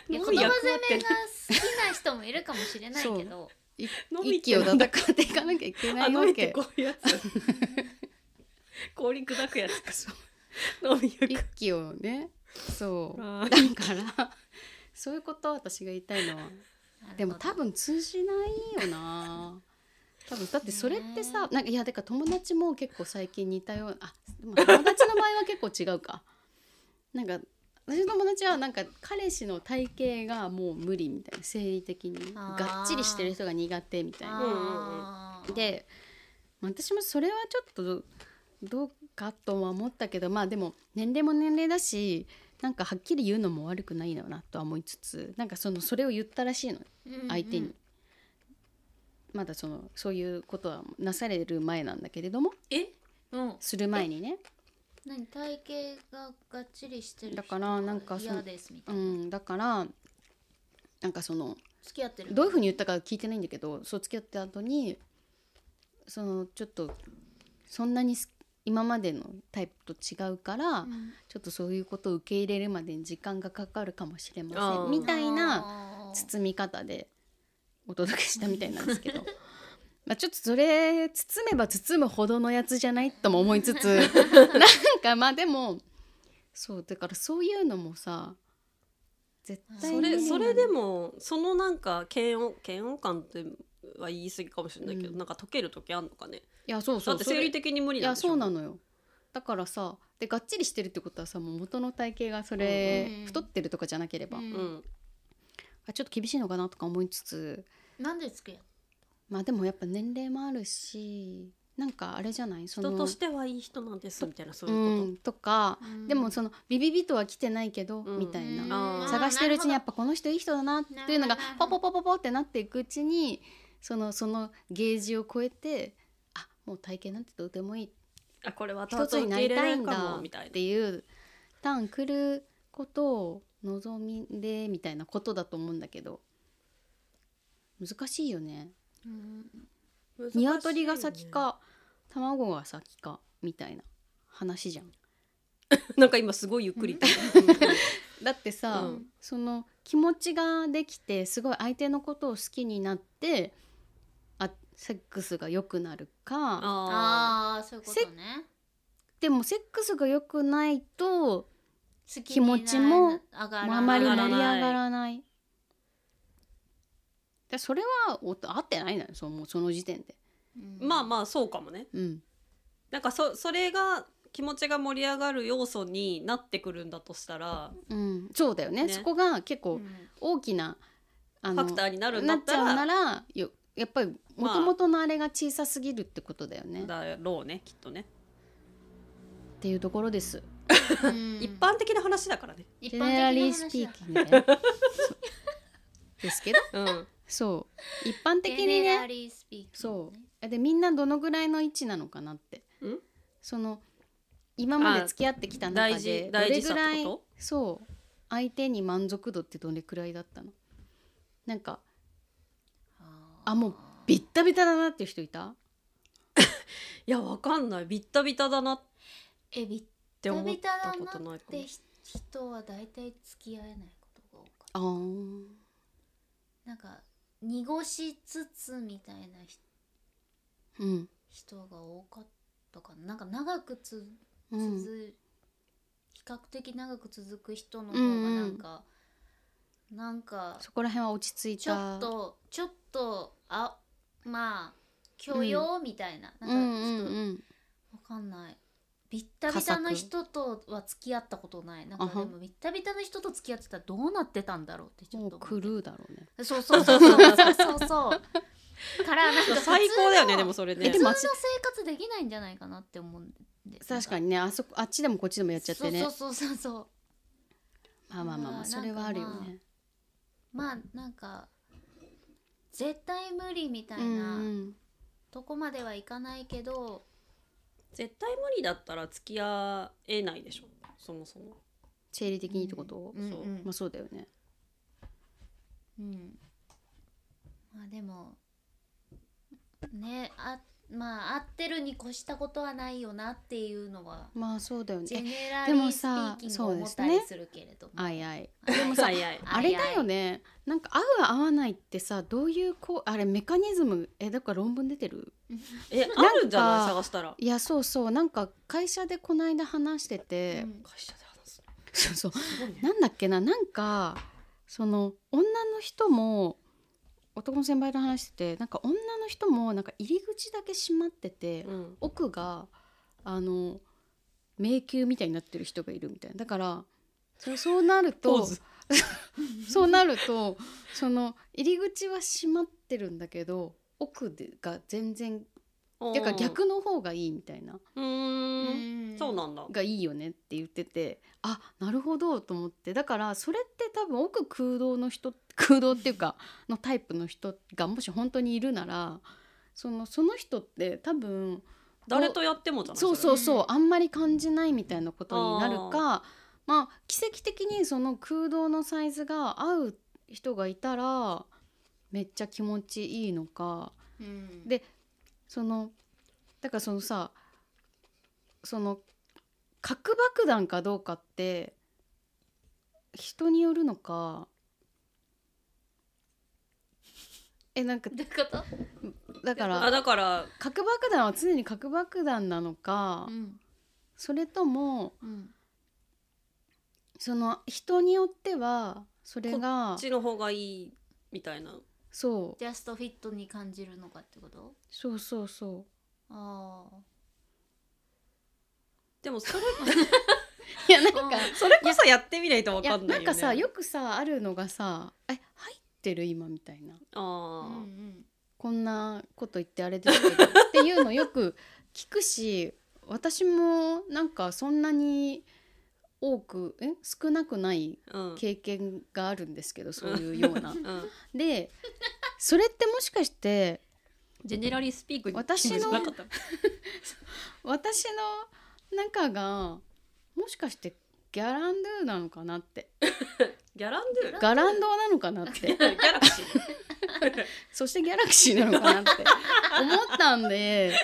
S3: いや言
S1: 飲
S3: 葉
S1: み
S3: 攻
S1: 役
S3: め
S1: 割
S3: が好きな人もいるかもしれないけど
S2: い
S1: 飲み
S2: 息を戦っていかなきゃいけな
S1: あ
S2: い
S1: の
S2: わ
S1: 絵って
S2: け
S1: こういうやつ 氷砕くやつかそう飲み役
S2: 息をねそう
S1: あ
S2: だからそういうことを私が言いたいのはでも多
S3: 分
S2: 分通じないよな多分だってそれって
S3: ね
S2: さなんかいやだから友達も結構最近似たようなあでも友達の場合は結構違うかなんか私の友達はなんか彼氏の体型がもう無理みたいな生理的に
S3: あー
S2: がっちりしてる人が苦手みたいなでまあ私もそれはちょっとどどうかとは思ったけどまあでも年齢も年齢だしなんかはっきり言うのも悪くないよなとは思いつつなんかそのそれを言ったらしいの相手に、まだそのそういうことはなされる前なんだけれども
S1: え
S3: うんうん
S2: する前にね
S3: 何体型ががっちりしてる人
S2: だからなんかその
S3: 嫌ですみた
S2: う
S3: いな、
S2: んだからなんかその
S3: 付き合ってる
S2: どういうふうに言ったか聞いてないんだけどそう付き合った後にそのちょっとそんなにす今までのタイプと違うから、
S3: うん
S2: ちょっとそういうことを受け入れるまでに時間がかかるかもしれませ
S1: あー
S2: んみたいな
S3: あー
S2: 包み方でお届けしたみたいなんですけ どまあちょっとそれ包めば包むほどのやつじゃないとも思いつ つなんかまあでもそうだからそういうのもさ絶対
S1: それ
S2: 無理な
S1: そ
S2: の
S1: れでもそのなんか嫌悪嫌悪感っては言い過ぎかもしれないけど、
S2: うん
S1: なんか溶ける時あんのかね
S2: いやそうそ
S1: だ
S2: う
S1: って
S2: それ
S1: 生理的に無理
S2: い
S1: なん
S2: や
S1: でしょ
S2: そうなのよだからさでがっちりしてるってことはさもう元の体型がそれ、
S3: うんうん
S2: 太ってるとかじゃなければ、
S3: うん
S1: うん
S2: あちょっと厳しいのかなとか思いつつ
S3: なんで付き合っ
S2: まあでもやっぱ年齢もあるしなんかあれじゃないその
S1: 人としてはいい人なんですみたいなそう
S2: う
S1: いうこ
S2: んとか、
S3: うん
S2: でもそのビビビとは来てないけど、
S1: うん
S2: みたいな、
S3: うん
S1: あー
S2: 探してるうちにやっぱこの人いい人だなっていうのが
S3: なるほ
S2: ポ
S3: ど
S2: ポポポポってなっていくうちにそのそのゲージを超えてあもう体型なんてどうでもいい
S1: とあこれは後々
S2: 一つになりたいん
S1: 受け入れられるか
S2: だ
S1: もみた
S2: っ
S1: いな
S2: ていうターン来ることを望みでみたいなことだと思うんだけど難しいよね
S3: うん
S1: 難しいよね
S2: 鶏が先か卵が先かみたいな話じゃん
S1: なんか今すごいゆっくり言った
S2: だってさ、
S1: うん
S2: その気持ちができてすごい相手のことを好きになってあセックスが良くなるか
S1: あ
S3: あーそういうことね
S2: でもセックスが良くないと
S3: 好
S2: 気持ちも
S3: 上がら
S2: あまり
S1: な
S2: 盛り
S1: い
S2: 上がらない。でそれはお合ってないのよそのもうその時点で。
S1: ーまあまあそうかもね
S2: うん、
S1: なんかそそれが気持ちが盛り上がる要素になってくるんだとしたら
S2: うん、そうだよね
S1: ね
S2: そこが結
S3: あ
S2: 構大きな、あ
S1: ファクターになるんだ
S2: な
S1: っ
S2: っち
S1: た
S2: ゃうな
S1: ら
S2: らよやっぱりもともとのあれが小さすぎるってことだよね、っ
S1: だろうねきっとね
S2: ていうところです。
S1: 一般的な話だからね
S3: 一
S2: ジェ
S3: 般
S2: ネ
S3: 的な
S2: ラリースピーキングねそうですけど
S1: うん
S2: そう一般的
S3: 的
S2: に
S3: に
S2: ね
S3: ねリースピーキングね
S2: そうえでみんなどのぐらいの位置なのかなって
S1: ん
S2: その今まで付き合ってきた中
S1: あ
S2: で
S1: ー
S2: ど
S1: 大事
S2: れぐら
S1: 大事さって
S2: い
S1: こ
S2: そう相手に満足度ってどれくらいだったのなんかあもうビッタビタだなっていう人いた
S1: いやわかんないビッタビタだなっ
S3: えビッ
S1: て
S3: タ
S1: 思っ
S3: ビタ
S1: た
S3: だ
S1: こと
S3: な
S1: な
S3: っ
S1: いかも
S3: て人は大体付き合えないことが多かっ
S2: あー
S3: たなんか濁しつつみたいなひ
S2: うん
S3: 人が多かったかななんか長くつ
S2: う
S3: 続、
S2: ん
S3: 比較的長く続く人の方がなんか、なんか
S2: そこら辺は落ち着い
S3: ちょ
S2: た
S3: っとちょっとあまあ許容みたいな、
S2: うん
S3: なんかちょっと
S2: うん
S3: わかんないビッタビタの人とは付き合ったことないなんか
S2: あは
S3: でもビッタビタの人と付き合ってたらどうなってたんだろうってちょ
S2: も
S3: っ
S2: う
S3: と
S2: ク
S3: 思
S2: ルーだろうね
S3: うそうそうそうそうそうそうそうからなんか
S1: 最高だよね
S3: 普通の
S1: でもそれ
S2: え
S1: ね
S2: で
S3: 普
S2: も
S3: 通
S2: あ
S3: の
S2: っち
S3: 生活できないんじゃないかなって思うんで
S2: 確か
S3: に
S2: にねあそこあっちでもこっちでもやっちゃってね
S3: そうそうそうそうそう
S2: まあまあまあま
S3: ま
S2: あ
S3: あ
S2: それはあるよ
S3: なんか
S2: ね
S3: まあなんか絶対無理みたい
S2: うん
S3: な
S2: うん
S3: とこまではいかないけど
S1: 絶対無理だったら付き合えないでしょそもそも
S2: 生理的にってこと
S3: うん
S1: そううん
S2: まあそうだよね
S3: うんまあでもねあまあ合ってるに越したことはないよなっていうのは
S2: まあそうだよ
S3: ジェ
S2: ね
S3: ネラ
S2: で
S3: リ
S2: も
S3: ースピ
S2: さ
S3: ーキングを思っ
S2: そ
S3: た
S2: うですね
S3: りするけれども、
S2: あ いあい
S3: はい
S1: でもさ早い
S2: あれだよねなんか合う合わないってさどういうこうあれメカニズムえだから論文出てる
S1: え
S2: んか
S1: あるんじゃない探したら
S2: いやそうそうなんか会社でこの間話してて、
S3: うん
S1: 会社で話す
S2: そうそう
S1: のすごいね
S2: なんだっけななんかその女の人も男の先輩と話しててなんか女の人もなんか入り口だけ閉まってて、
S1: うん
S2: 奥があの迷宮みたいになってる人がいるみたいなだからそうそうなる
S1: ポー
S2: と
S1: ズ
S2: そうなるとその入り口は閉まってるんだけど奥でが全然だから逆の方がいいみたいな
S1: う
S3: う
S1: ーん
S3: ん
S1: そうなんだ
S2: がいいよねって言っててあなるほどと思ってだからそれって多分奥空洞の人 空洞っていうかのタイプの人がもし本当にいるならそのその人って多分
S1: 誰とやってもじゃない
S2: そうそううそうあんまり感じないみたいなことになるかまあ奇跡的にその空洞のサイズが合う人がいたらめっちゃ気持ちいいのか
S3: うん
S2: でそのだからそのさその核爆弾かどうかって人によるのかえなんか
S3: どういうこと、
S2: だか
S1: あ
S2: ら
S1: だから
S2: 核爆弾は常に核爆弾なのか、
S3: うん
S2: それとも
S3: うん
S2: その人によってはそれ
S1: こ
S2: が
S1: っちの方がいいみたいな
S2: そう
S3: ジャストフィットに感じるのかってこと
S2: そうそうそ
S3: ああ
S1: でも それ
S2: ういやなんか
S1: それこそやってみないとわ
S2: いや
S1: かんない
S2: な
S1: よ、ね、
S2: んかさよくさあるのがさ「え入ってる今」みたいな
S3: う
S1: あ
S3: んう
S1: ー、
S3: ん
S2: こんなこと言ってあれですけどっていうのよく聞くし私もなんかそんなに多くえ少なくない
S1: うん
S2: 経験があるんですけどそういうような。
S1: うん、
S2: でそれってもしかして
S1: ジェネラリースピーク
S2: 私の
S1: じゃなかった
S2: 私の中がもしかしてギャランドゥなのかなって
S1: ギャランドゥ
S2: ガランドーなのかなって
S1: ギャラク シー
S2: そしてギャラクシーなのかなって思ったんで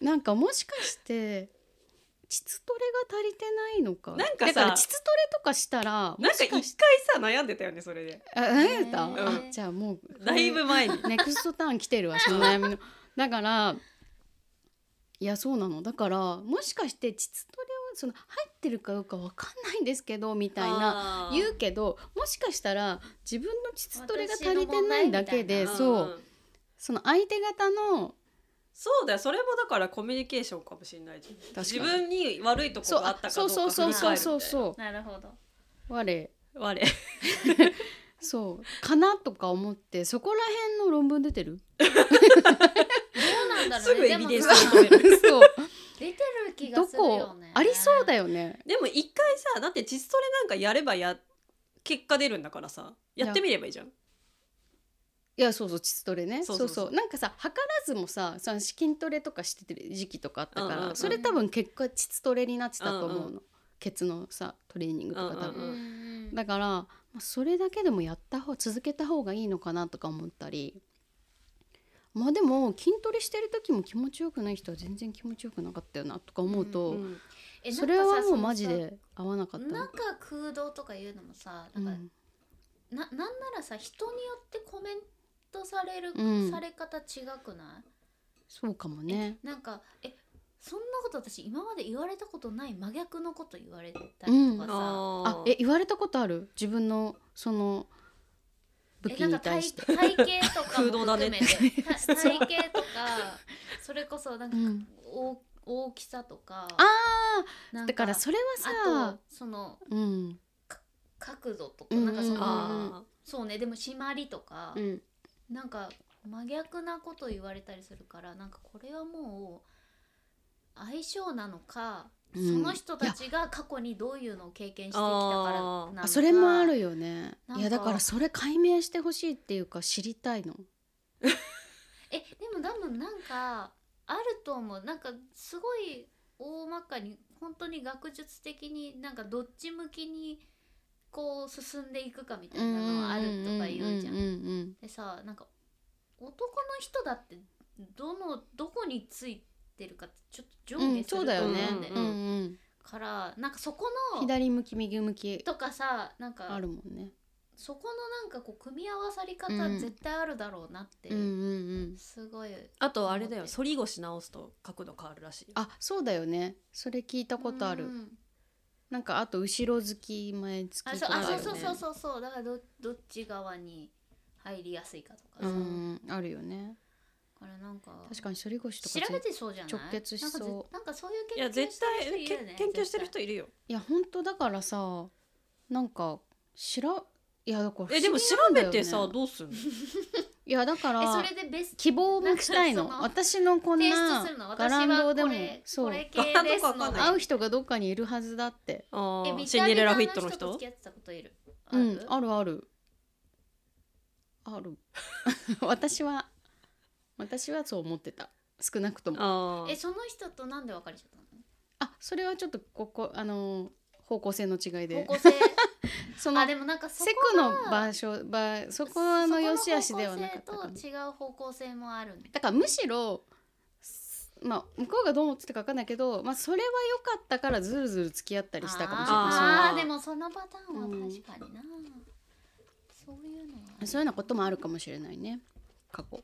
S2: なんかもしかして膣トレが足りてないのか
S1: なんか
S2: だ
S1: さ
S2: から膣トレとかした
S1: なん
S2: ら
S1: か一
S2: も
S1: 回
S2: しし
S1: さ悩んでたよねそれで
S2: あ悩んだ、
S3: ね
S2: あ
S3: うん
S2: じゃあもう
S1: だいぶ前に
S2: ネクストターン来て るわその悩みのだからいやそうなのだからもしかして膣トレをその入ってるかどうかわかんないんですけどみたいな
S1: な
S2: 言うけどもしかしたら自分の膣トレが足りてないだけで
S3: 私の問題み
S2: そ
S3: たいな
S2: う、その相手方の
S1: そうだよそれもだからコミュニケーションかもしれないじゃん
S2: 確かに
S1: 自分に悪いとこ
S2: そう
S1: があったかど
S2: そうう
S1: か
S2: そうそうそう
S1: 振
S2: そ
S1: り返るみたいな
S2: うそう
S3: なるほど
S2: 我
S1: 我
S2: そうかなとか思ってそこら辺の論文出てる
S3: そうなんだろ
S1: す
S3: う
S1: ぐ
S3: ね
S1: エビデン
S3: で
S1: ス
S3: も
S1: を
S3: さ
S1: 求める
S2: そう
S3: 出てる気が
S2: ど
S3: するよ
S2: こ
S3: ね
S2: ありそうだ
S3: よ
S2: よね
S1: でも一回さだって実トレなんかやればや結果出るんだからさやってみればいいじゃん
S2: いやそうそう膣トレねそ
S1: そうう
S2: そ
S1: そううそう
S2: なんかさ図らずもさその筋トレとかしてる時期とかあったから、
S1: うんうんうん
S2: それ多分結果膣トレになってたと思うの、
S1: うん
S2: ケツのさトレーニングとか多分、
S1: うんうん
S2: だから、まあ、それだけでもやった方続けた方がいいのかなとか思ったりまあでも筋トレしてる時も気持ちよくない人は全然気持ちよくなかったよなとか思うと、
S1: うん
S2: それはもうマジで合わなかったの
S3: 中空洞とかいうのもさ
S2: う
S3: なんか、
S2: ん
S3: ななんならさ人によってコメントされる、
S2: うん
S3: され方違くな
S2: そうかも
S3: い、
S2: ね
S3: なんかえそんなこと私今まで言われたことない真逆のこと言われたりとかさ、
S2: あ
S1: あー
S2: え言われたことある自分のその武器
S3: えな
S2: に
S3: んか体
S2: 対して、
S3: 体型とか
S1: 空
S3: も
S1: 洞だ
S3: 含
S1: ね
S3: めて、た体型とかそれこそなんか、
S2: うん
S3: お大きさとか
S2: あ
S3: な
S2: あ
S3: ん
S2: だからそれは
S3: あ
S2: さ
S3: とその
S2: うん
S3: 角度とか、
S2: うん
S3: なんかそ
S2: うんうん
S3: の
S1: あ
S3: そうねでも締まりとか、
S2: うん
S3: なんか真逆なこと言われたりするからなんかこれはもう相性なのか、
S2: うん
S3: その人たちが過去にどういうのを経験してきたからなのか
S2: あそれもあるよね
S3: なんか
S2: いやだからそれ解明してほしいっていうか知りたいの
S3: えでも多分なんかあると思うなんかすごい大まかに本当に学術的になんかどっち向きにこう進んでいくかみたいなのはあるとか言うじゃん。
S2: ん
S3: でさなんか男の人だってどのどこについてるかってちょっと上
S2: う
S3: 下
S2: ん
S3: す
S2: そう
S3: る
S2: だよ
S3: と思
S2: ね
S3: うんで
S1: う
S2: うんうん
S3: からなんかそこの
S2: 左向き右向き
S3: とかさなんか
S2: あるもんね
S3: そこのなんかこう組み合わさり方
S2: うん
S3: 絶対あるだろうなって、
S2: うんうんうん
S3: すごい
S1: あとあれだよ反り腰直すと角度変わるらしいよ
S2: あそうだよねそれ聞いたことある、
S3: うん
S2: なんかあと後ろ付き前付
S3: あ
S2: き
S3: そ
S2: と
S3: う
S2: かあ
S3: あ
S2: るよ、
S3: そ
S2: ね、
S3: うそうそうそうそうだからどどっち側に入りやすいかとかさ、
S2: うんあるよね
S3: これなんか
S2: 確かに処理腰とか
S3: 調べてそうじゃない
S2: 直結しそう
S3: なんかぜなんかそういう
S1: いや
S3: 研究
S1: 絶
S3: してる人
S1: 対
S3: い
S1: け
S3: るよね
S1: 研究してる人いるよ
S2: いや本当だからさなんか知らいやだから不思議
S1: えでも調
S2: なん
S1: べ
S2: だよね
S1: てさどうすんの
S2: いやだか
S3: 絶対
S2: ら
S3: えそれでベスト
S2: 希望を持ちたいの
S3: なんかその
S2: 私のこん
S3: 提出す
S2: な
S3: るの
S2: ガ
S3: 私
S2: ランド
S3: は
S2: でも
S3: これ
S2: そ
S3: こ
S2: う
S3: れ
S1: ガ
S3: 系
S1: ラン
S3: で
S1: ド
S3: す
S1: かわかんない
S2: 会う人がどっかにいるはずだって
S1: あ
S3: え
S1: ー
S3: ビ
S1: シ
S3: タ
S1: ン
S3: ビ
S1: デレラ
S3: タの
S1: フィッ
S3: 人
S1: トの
S3: と
S1: 人
S3: 付き合ってたこといるあ
S2: う
S3: る
S2: んあるあるある 私は私はそう思ってた少なくとも
S1: あー
S3: えその人となんで別れちゃっ
S2: あそれはちょっとここあのー方向性の違い
S3: たの
S2: で
S3: 方向性
S2: その
S3: あでも なんかそ
S2: セ
S3: こ
S2: ク
S3: が
S2: の場所場そこの良し悪しではなかった
S3: そこ
S2: かも
S3: の方向性と違う方向性もあるんだ
S2: だからむしろすまあ向こうがどう思ってたか分かんないけど、まあ、それは良かったからずるずる付き合ったりしたかもしれないその
S3: あーあ
S1: そ
S3: ー
S1: の
S3: でもそのパターンは確かにな、そういうのはある
S2: そういうようなこともあるかもしれないね過去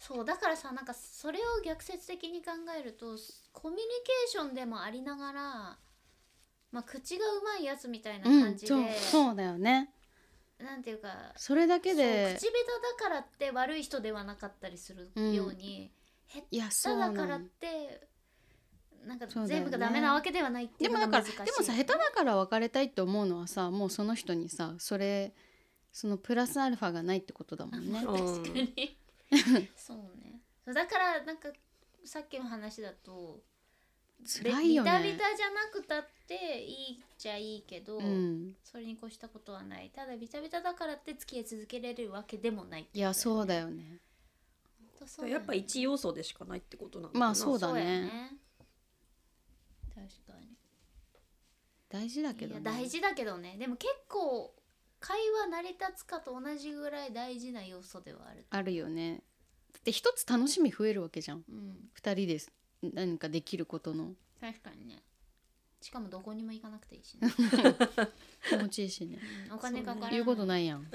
S3: そうだからさなんかそれを逆説的に考えるとコミュニケーションでもありながらまあ口がうまいやつみたいな
S2: うん
S3: 感じで、
S2: そうそうだよね
S3: なんていうか
S2: それだけで
S3: そう口下手だからって悪い人ではなかったりするように、
S2: いや
S3: 下
S2: そ
S3: 手
S2: うな
S3: だからっ
S2: の
S3: てなん
S2: そ
S3: か
S2: うだよ
S3: 全
S2: ね
S3: 部がダメなわけではないって
S2: で
S3: い
S2: も
S3: うの
S2: だ
S3: が
S2: から
S3: 難し
S2: で
S3: い
S2: もさ下手だから別れたいって思うのはさもうその人にさそれそのプラスアルファがないってことだもんね
S1: う。ん
S3: 確かに そうねそうだからなんかさっきの話だと
S2: 辛いよね
S3: ビタビタじゃなくたっていいっちゃいいけど、
S2: うん、
S3: それに越したことはないただビタビタだからって付き合い続けられるわけでもない
S2: いやそうだよね。
S3: 本当そうだ
S1: や
S3: よ
S1: っぱ一要素でしかないってことなのかな
S2: まあそうだね
S3: や確かに
S2: 大事だけど、ね、
S3: いや大事だけどねでも結構会話成り立つかと同じぐらい大事な要素ではある
S2: あるよね。だって一つ楽しみ増えるわけじゃん
S3: うん
S2: 二人です何かできることの
S3: 確かにねしかもどこにも行かなくていい しね、
S2: 気持ちいい しね。
S3: うんお金かからない
S2: 言うこと
S3: い
S2: ないやん。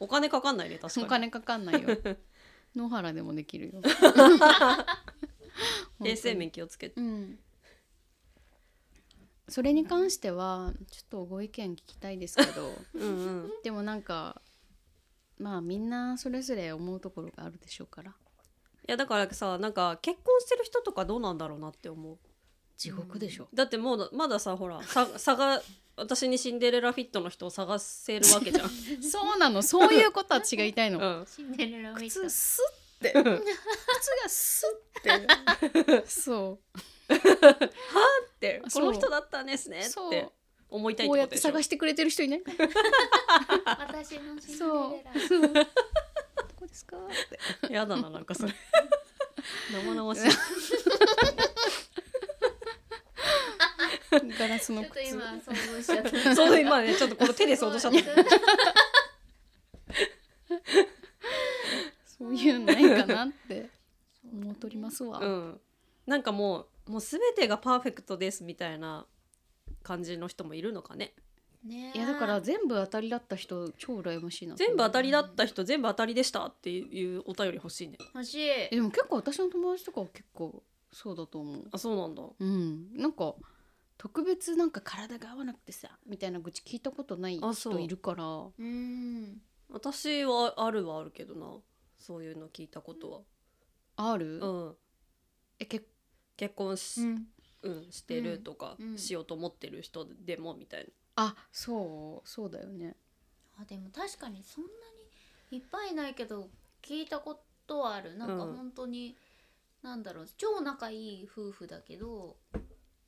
S1: お金かかんないね確か
S2: お
S1: に
S2: 金かかんないよ。野原でもできる よ。
S1: 衛生面気をつけて
S2: うん。それに関してはちょっとご意見聞きたいですけ ど、
S1: うんうん
S2: でもなんかまあみんなそれぞれ思うところがあるでしょうから。
S1: いやだからさなんか結婚してる人とかどうなんだろうなって思う
S2: 地獄でしょ。
S1: だってもうまださほらさ 探私にシンデレラフィットの人を探せるわけじゃん、
S2: そうなの。そういうことは違いたいの。
S1: うん、
S3: シンデレラウィッ
S2: 靴
S3: ト
S2: スッて靴がスッてそ
S1: ってこ
S2: そう
S1: の人だったんです
S2: う
S1: ねっ
S2: そう
S1: て思いたいっ
S2: こう
S1: て
S2: や
S1: こと
S2: って
S1: でしょ
S2: 探してくれてる人いないこ
S3: 私のシンデレラ
S2: こですかって
S1: やだななんか それ生々しい
S2: ガラスの
S3: ちょっと
S2: 靴
S3: 今想像しちゃ った
S1: そう今ねちょっとこの手で想像しちゃった
S3: た
S2: そういうのないかなって思うとりますわ、
S1: うん、なんかもうもう全てがパーフェクトですみたいな感じの人もいるのかね
S3: ねえ
S2: いやだから全部当たりだった人超羨ましいなと思う
S1: 全部当たりだった人全部当たりでしたっていうお便り欲しいね
S3: 欲しい
S2: えでも結構私の友達とかは結構そうだと思う
S1: あそうなんだ
S2: うんなんか特別なんか体が合わなくてさみたいな愚痴聞いたことない
S1: あそう
S2: 人いるから
S3: うん
S1: 私はあるはあるけどなそういうの聞いたこと
S2: あ
S1: は
S2: る、
S1: うん
S2: え結
S1: 結婚し,、うん
S3: ん、
S1: してるとか、
S3: うんうん
S1: しようと思ってる人でもみたいな。
S2: あそうそうだよね
S3: あでも確かにそんなにいっぱいないけど聞いたことはあるなんか
S1: うん
S3: 本当に、なんだろう超仲いい夫婦だけど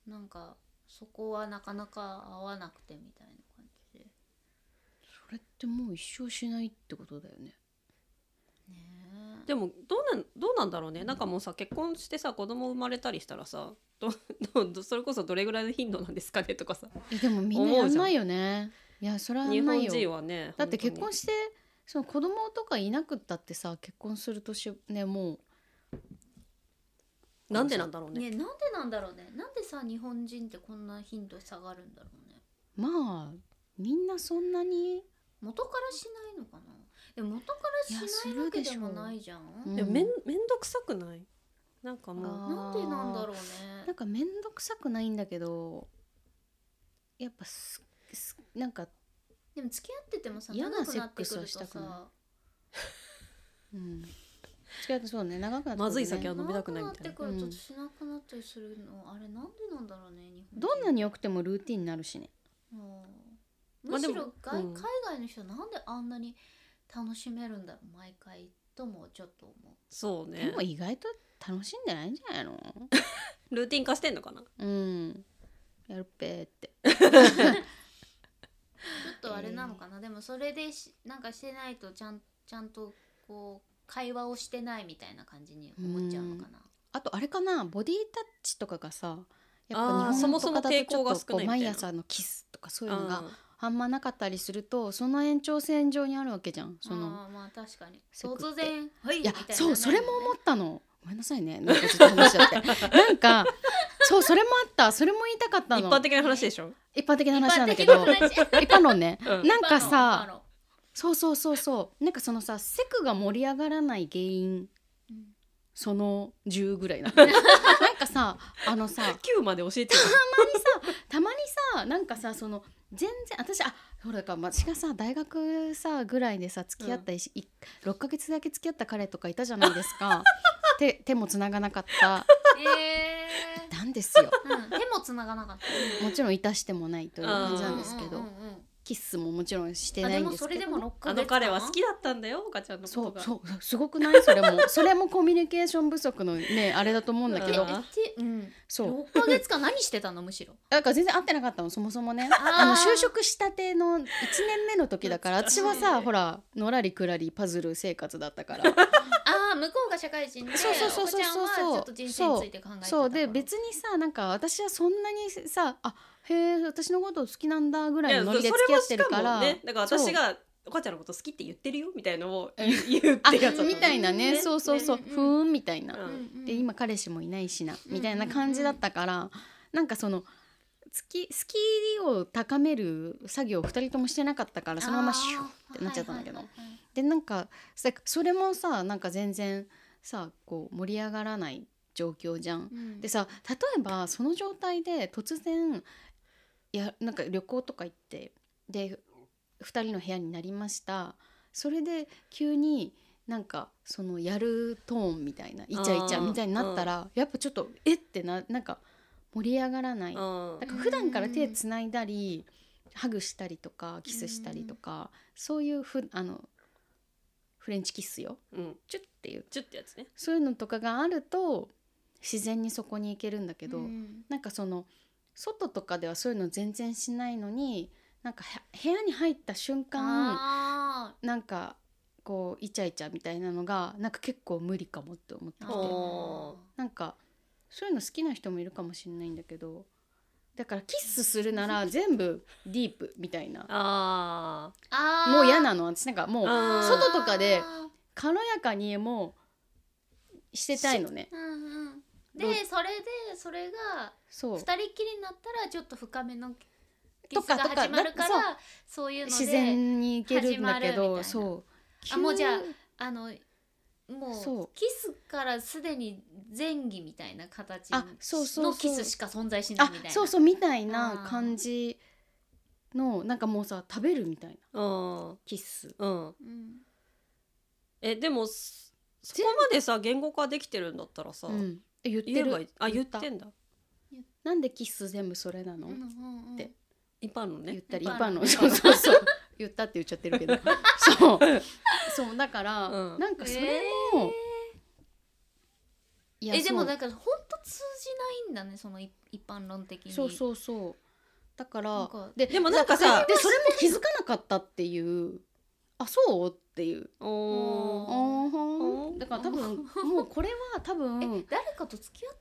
S3: なんかそこはなかなか合わなくてみたいな感じで
S2: それってもう一生しないってことだよね
S3: ねえ
S1: でもどうなんどうなんだろうねなんかもうさ結婚してさ子供生まれたりしたらさどどどそれこそどれぐらいの頻度なんですかねとかさ
S2: えでもみんな
S1: 思
S2: や
S1: うんじゃん
S2: ないよねいやそれはや
S1: 日
S2: んな
S1: 本
S2: いよ
S1: 人はね
S2: だって
S1: 本当に
S2: 結婚してその子供とかいなくったってさ結婚する年ねもう
S1: なんでなんだろうね
S3: ねなんでなんだろうねなんでさ日本人ってこんな頻度下がるんだろうね
S2: まあみんなそんなに、
S3: 元からしないのかなでも元からしない
S2: や
S3: わ
S2: す
S3: けで
S2: るでしょ
S3: も
S2: う
S3: ないじゃん、
S2: うん
S1: でもめんめんどくさくないなんかもう
S2: あ
S3: なんでなんだろう
S2: なん
S3: ね
S2: か面倒くさくないんだけどやっぱすすなんか、
S3: でも付き合っててもさ
S2: 嫌な
S3: 長くなって
S2: セッ
S3: くる
S2: ク
S3: と
S2: スはしたくない
S3: さ
S2: うん、違うそうね長くなってくるね
S1: まずい酒は飲みた
S3: 長
S1: く
S3: く
S1: ない
S3: な
S1: み
S3: った
S1: い
S3: て
S1: な
S3: くる
S2: うん
S3: としなくなったりするの、あれなんでなんだろうね日本人
S2: どんなに良くてもルーティンになるしね
S3: うん
S1: まあ
S3: む
S1: で
S3: し
S1: も
S3: ろ外、
S1: うん
S3: 海外の人なんであんなに楽しめるんだろう毎回ともちょっと思う
S1: そう
S2: で
S1: ね
S2: も意外と楽しんでないんじゃないの
S1: ルーティン化してんのかな
S2: うんやるっぺーって
S3: ちょっとあれなのかな、でもそれでしなんかしてないとちゃんちゃんとこう会話をしてないみたいな感じに思っちゃうのかな、
S2: あとあれかなボディタッチとかがさやっ
S1: あ
S2: ぱ
S1: ー
S2: 日
S1: そも
S2: 本
S1: そ
S2: と
S1: も
S2: かだとち
S1: 抵
S2: ょっと
S1: 抗が少
S2: こ
S1: ないうみたいな
S2: 毎朝のキスとかそういうのが
S1: あー
S2: あんまなかったりするとその延長線上にあるわけじゃんその
S3: あーまあ確かに
S2: セクって
S3: 突然「はい」
S2: いや
S3: みたいな
S2: そうそれも
S3: 思
S2: 思ったのごめんなさいねなんかちょっと話しちゃってなんかそうそれもあったそれも言いたかった
S1: 一
S2: の
S1: 般的な話でしょ
S2: 一般的な
S3: 一
S2: 話なん
S3: 般
S2: だけ
S3: 的
S2: ど
S3: な話
S2: 一般論ね、
S1: うん
S2: なんかさ
S3: 一般論
S2: そうそうそうそうなんかそのさセクが盛り上がらない原因
S3: 一般論
S2: その10ぐら いなのなんかさあのさ
S1: 9まで教え てよ
S2: たまにさなんかさその全然私あほらだから私がさ大学さぐらいでさ付き合った、いしい6ヶ月だけ付き合った彼とかいたじゃないです か手手もつながなかった
S3: うんえー
S2: なんですよ
S3: うん、手も繋がなかった
S2: もちろんいたしてもないという感じなんですけ
S3: う
S2: ど
S3: んうんうん
S2: キスももちろんして
S3: あ
S2: な
S3: で
S2: いん
S3: も
S2: です
S3: そ
S2: け
S3: れ
S2: ど
S3: でも6ヶ
S1: あ
S3: 月
S1: の彼は好き
S3: だ
S1: だったんだよおかちゃんのこ
S2: そ
S1: と
S2: う
S1: が
S2: そうすごくないそ れもそれもコミュニケーション不足のねあれだと思うんだけど
S1: うな
S3: うん、
S2: そう
S3: 6ヶ月間何してたのむしろ
S2: だから全然会ってなかったのそもそもね
S3: あー
S2: あの就職したての1年目の時だから
S1: 懐かしい
S2: 私はさほらのらりくらりパズル生活だっ たから
S3: ああ向こうが社会人で
S2: そうそうそう
S3: お
S2: そう
S3: 子ちゃん
S2: そう
S3: はちょっと人生について考えてた
S2: そうで
S3: 別
S2: 別にさなんか私はそんなにさあへえ私のこと好きなんだぐら
S1: い
S2: い
S1: や
S2: の
S1: それ
S2: ノリ
S1: も
S2: で付き合ってるか
S1: しからもねだから
S2: そう
S1: 私がおかちゃんのこと好きって言ってるよみたいのを言う言うってやつだ
S2: あみたいなね
S1: ね
S2: そうそうそう、
S3: ね
S2: ふーんみたいな、
S1: うん
S2: で今彼氏もいないしな、
S3: うん
S2: みたいな感じだったから、なんかその好き好きを高める作業を2人ともしてなかったからそのままシュッてなっちゃったんだけどでなんかさそれもさなんか全然さこう盛り上がらない状況じゃん。でさ例えばその状態で突然いやなんか旅行とか行ってで2人の部屋になりましたそれで急になんかそのやるトーンみたいなイチャイチャみたいになったらやっぱちょっとえってななんか盛り上がらないだ
S1: うん
S2: から普段から手つないだりハグしたりとかキスしたりとかそういうふあのフレンチキスよ
S1: うん
S2: チュッっていう
S1: ちょっとやつね
S2: そういうのとかがあると自然にそこに行けるんだけ
S3: け
S2: ど、なんかその外とかではそういうの全然しないのになんかへ部屋に入った瞬間
S3: あ
S2: なんかこうイチャイチャみたいなのがなんか結構無理かもって思って
S3: ー
S2: き
S3: あ
S2: て
S1: おー
S2: なんかそういうの好きな人もいるかもしれないんだけどだからキスするな ら全部ディープみたいな
S1: あ
S3: あー
S2: もう嫌なの私なんかもう
S1: あー
S2: 外とかで
S3: あ
S2: 軽やかにもうしてたいのね
S3: ーうんうん
S2: どう
S3: でそれでそれが
S2: そう
S3: 二人っきりになったらちょっと深めのキ
S2: と
S3: ス
S2: か
S3: が
S2: とか
S3: 始まるから
S2: だ
S3: そういうので
S2: 自然に行けるんだけ
S3: 始まるみたい
S2: ど
S3: な
S2: そう
S3: あもうじゃあ
S2: 急に
S3: あのも
S2: そう
S3: うキスからすでに前儀みたいな形
S2: あそうそうそう
S3: のキスしか存在しない
S2: あ
S3: みたいな
S2: そうそうみたいな
S3: あー
S2: 感じのなんかもうさ食べるみたいな
S1: あうん
S2: キス
S1: うん
S3: うん
S1: えでもそそこまでさ言語化できてるんだったらさ、
S2: うんえ言って
S1: 言えばい
S2: る
S1: いあ言
S2: 言
S1: っ
S2: った
S1: てんだ
S2: なんでキッス全部それなの、
S3: うんうんうん
S2: で
S1: 一般の
S2: 言っ
S1: ね
S2: たり
S3: 一
S2: 一
S3: 般
S2: 般
S3: の
S2: のそうそうそう言ったって言っちゃってるけどそうそうだから、
S1: うん
S2: なんかそれも、いや
S3: えでも
S2: そう
S3: だから本当通じないんだねその一一般論的に
S2: そうそうそうだから
S3: なんか
S2: で
S1: でもなんかさ
S2: でそれも気づかなかったっていうあそうっていう
S1: おー
S3: お
S1: う
S2: あー
S1: ん
S2: だから多分もうこれは多
S3: え
S2: 分
S3: 誰かと付き合っ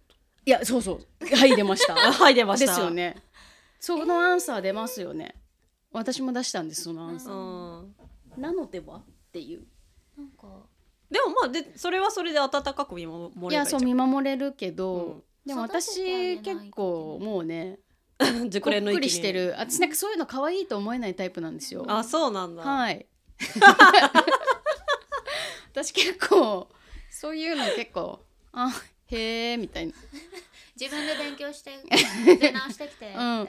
S2: いやそうそうはい 出ました
S1: あ はい出ま
S2: で
S1: した
S2: すよねそのアンサー出ますよね、私も出したんですそのアン
S1: う
S2: サ
S1: ん
S2: ーなのではっていう
S3: なんか
S1: でもまあでそれはそれで温かく見守ればい
S2: いやそう見守れれるけど、
S1: うん
S2: でも
S3: 育
S2: 私
S3: ててあげないといけない
S2: 結構もうね
S1: 熟
S2: こっ
S1: 練の
S2: く
S1: 域
S2: り
S1: に
S2: してる私なんかそういうの可愛いと思えないタイプなんですよ
S1: あそうなんだ、
S2: はい 私結構そういうの結構あへえみたい
S3: 自分で勉強 して出直してきて、
S2: なうん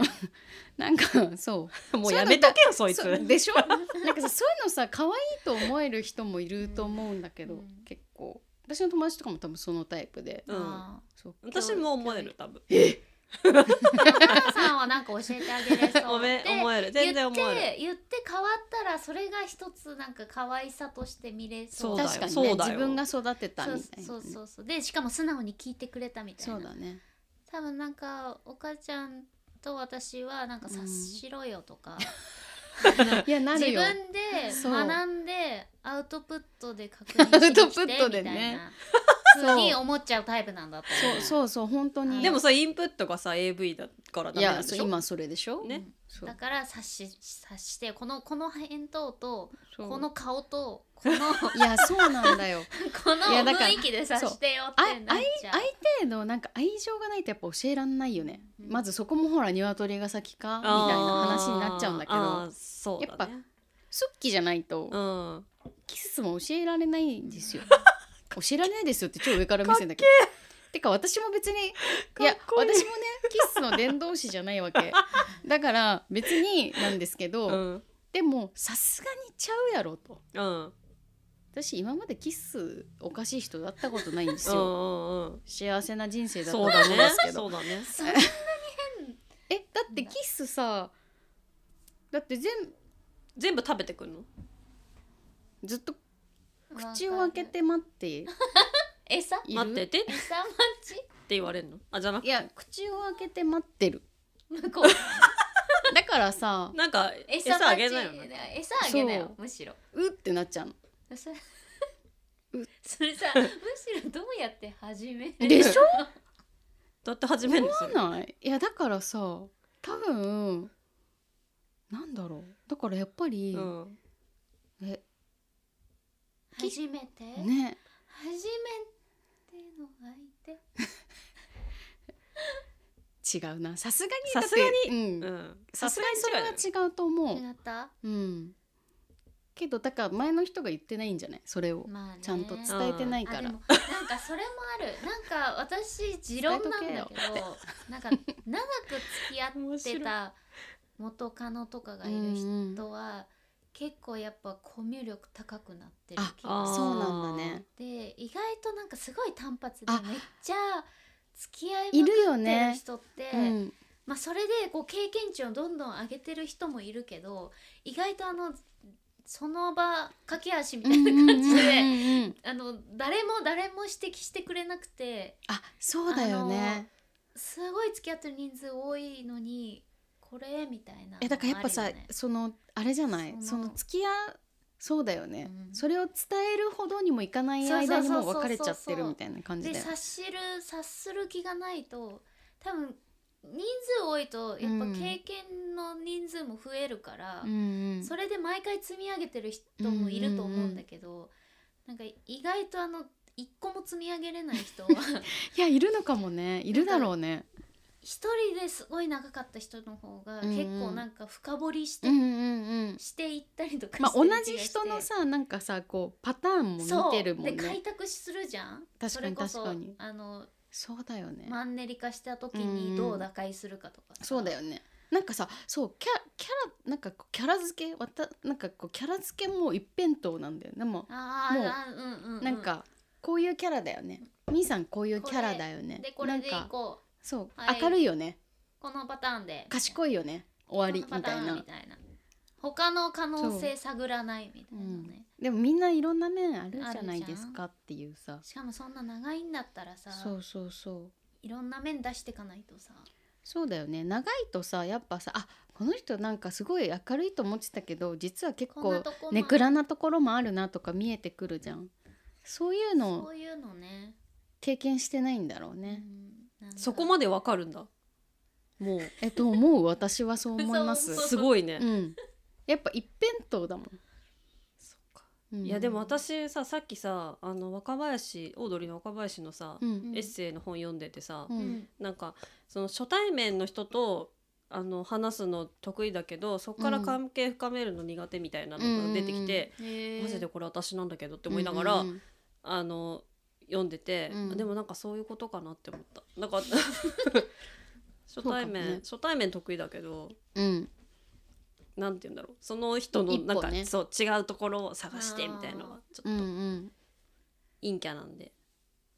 S2: なんかそう
S1: もうやめとけよそいつ
S2: そうでしょなんかさそういうのさ可愛いと思える人もいると思うんだけど、
S3: うん
S2: 結構私の友達とかも多分そのタイプで、
S1: うん
S3: あ
S2: そう
S1: 私も思える多分
S3: ーお母さんはなんか教えてあげれ そう
S1: ごめん
S3: で
S1: 思える全然思える
S3: 言って言って変わったらそれが一つなんか可愛さとして見れそ
S1: そ
S3: う
S1: うだよ
S2: 確かに
S1: そうだよ
S2: ね自分が育てた
S3: そう
S2: みたいな
S3: そうそうそうでしかも素直に聞いてくれたみたいな
S2: そうだね
S3: 多分なんかお母ちゃんと私はなんか察しろよとか、
S2: いやな
S3: 自
S2: るよ
S3: 分で
S2: そう
S3: 学んでアウトプットで確認してきて
S2: アウトプットでね
S3: みたい
S2: そ
S3: な
S2: う
S3: ふうに思っちゃうタイプなんだと
S2: そうそうそう本当に
S1: でもさインプットがさ AV だから
S2: い
S1: ダメなん
S2: や
S1: で
S2: そ
S1: し
S2: う
S1: ょ
S2: 今それでしょ、
S1: ね
S2: そう
S3: だから察し察してこのこの返答と
S2: そう
S3: この顔とこの こ
S2: いやそうなんだよ
S3: の
S2: いやだから
S3: 雰囲気で察してよっ
S2: あ
S3: てなっちゃう
S2: あい程度なんか愛情がないとやっぱ教えらんないよね、
S3: うん
S2: まずそこもほら鶏が先かみたいな話になっちゃうんだけ
S1: あーあー
S2: ど
S1: そうだね
S2: すっきじゃないと
S1: うん
S2: キスも教えられない んですよ教えられないですよって超上から見せんだけどてか私も別にいや
S1: かっこいい
S2: 私もねキスの伝道師じゃないわけだから別になんですけど、
S1: うん
S2: でもさすがにちゃうやろと
S1: うんうん
S2: 私今までキスおかしい人だったことないんです
S1: う
S2: よ
S1: んうん
S2: 幸せな人生だったと
S1: そ
S2: 思
S1: う
S2: うん
S1: だ
S2: です
S1: ね
S2: けど
S1: そうだね
S3: そんな
S2: えだってキスさだって全
S1: 全部食べてくんの
S2: ずっと口を開けて待っている
S3: 餌
S1: 待っててって
S3: 餌待ち
S1: 言われるのあじゃなく
S2: いや口を開けて待ってる
S3: 向こう
S2: だからさ
S1: なんか
S3: 餌
S1: 餌あげないよ
S3: 待ち
S1: ね
S3: 餌あげなよむしろ
S2: うってなっちゃうの
S3: それ
S2: う
S3: それさむしろどうやって始める
S2: でしょ
S1: だって始めるんですよ
S2: 思わないいやだからさ多分なんだろうだからやっぱり、
S1: うん
S2: え
S3: 初めて、
S2: ね
S3: 初めての相手
S2: 違うなさすが
S1: さ
S2: に
S1: すがに
S2: だってうん
S1: うん
S2: さすがにそれは違うと思う
S3: 違った
S2: うんけどだから前の人が言ってないんじゃないそれを
S3: まあね
S2: ちゃんと伝えてないから、
S3: あでもなんかそれも あるなんか私持論なんだけ
S2: 伝え
S3: ど
S2: と
S3: な んか長く付き合ってた元カノとかがいる
S2: うんうん
S3: 人は結構やっぱコミュ力高くなってる気
S1: あ
S3: が
S2: そうなんだね
S3: で意外となんかすごい単発で
S2: あ
S3: めっちゃ付き合い
S2: い
S3: まく
S2: るよ
S3: ってる
S2: ね
S3: 人って、
S2: うん
S3: まあ、それでこう経験値をどんどん上げてる人もいるけど意外とあのその場駆け足みたいな 感
S2: うんうんうん
S3: じで、
S2: うん
S3: あの誰も誰も指摘してくれなくて
S2: あそうだよね
S3: すごい付き合ってる人数多いのにこれみたいなのもあるよね、
S2: えだからやっぱさ、そのあれじゃない
S3: そ
S2: そ
S3: の
S2: の付き合うそうだよね、
S3: うん
S2: それを伝えるほどにもいかない間にもう別れちゃってるみたいな感じ
S3: で
S2: だよ
S3: 察しる察する気がないと多分人数多いとやっぱ
S2: うん
S3: 経験の人数も増えるから、
S2: うんうん
S3: それで毎回積み上げてる人もいると思うんだけど、なんか意外とあの一個も積み上げれない人は
S2: いやいるのかもねいるだろうね
S3: 一人ですごい長かった人の方が結構なんか深掘りして、
S2: うんうんうん
S3: していったりとか
S2: まあ
S3: して
S2: 同
S3: る気がし
S2: じ
S3: て
S2: 人のさなんかさこうパターン
S3: そ
S2: も
S3: う
S2: 見てるもん
S3: で開
S2: ね
S3: 拓するじゃん
S2: 確かに
S3: それこそ
S2: 確かに
S3: あの
S2: そうだよね、
S3: マンネリ化した時
S2: うんう
S3: に
S2: ん
S3: どう打開するかとかさ
S2: そうだよねなんかさそうキャキャラなんかこうキャラ付けわたなんかこうキャラ付けも一辺倒なんだよねも
S3: あー
S2: もう
S3: あーうんうんうん
S2: うなんかこういうキャラだよねみーさんこういうキャラだよね
S3: でこ
S2: な
S3: れ
S2: ん
S3: でい
S2: か
S3: こう
S2: そう、
S3: はい
S2: 明るいよね
S3: このパターンで
S2: 賢いよね終わり
S3: この
S2: み
S3: パタ
S2: た
S3: ー
S2: い
S3: ン
S2: な
S3: みたいな他の可能性探らないみたいなね、
S2: でもみんないろんな面あるじゃない
S3: あるじゃ
S2: で
S3: ん
S2: すかっていうさ
S3: しかもそんな長いんだったらさ
S2: そうそうそう
S3: いろんな面出してかないとさ
S2: そうだよね長いとさやっぱさあこの人なんかすごい明るいと思ってたけど実は結
S3: こんな
S2: 構
S3: とこも
S2: ねぐらなところもあるなとか見えてくるじゃんそういうの
S3: そ
S2: を
S3: ういうのね
S2: 経験してないんだろうね、
S1: そこまでわかるんだもう
S2: えと思う私はそう思います
S3: そう
S1: すごいね、
S2: うんやっぱ一辺倒だもん、うん
S1: いやでも私ささっきさあの若林オードリーの若林のさ、
S2: うん
S1: エッセイの本読んでてさ、
S2: う
S3: うん
S2: ん
S1: なんかその初対面の人とあの話すの得意だけどそこから関係深めるの苦手みたいなのが出てきて、
S3: へー
S1: マジでこれ私なんだけどって思いながら、
S2: うんうん
S1: あの読んでて、
S2: うん
S1: でもなんかそういうことかなって思った なんか初対面、
S2: そうかもね
S1: 初対面得意だけど
S2: うん
S1: なんて言うんだろうその人の
S2: 一歩
S1: なんか、
S2: ね
S1: そう違うところを探してみたいなのはちょっ
S2: うんう
S1: と
S2: ん
S1: 陰キャなんで、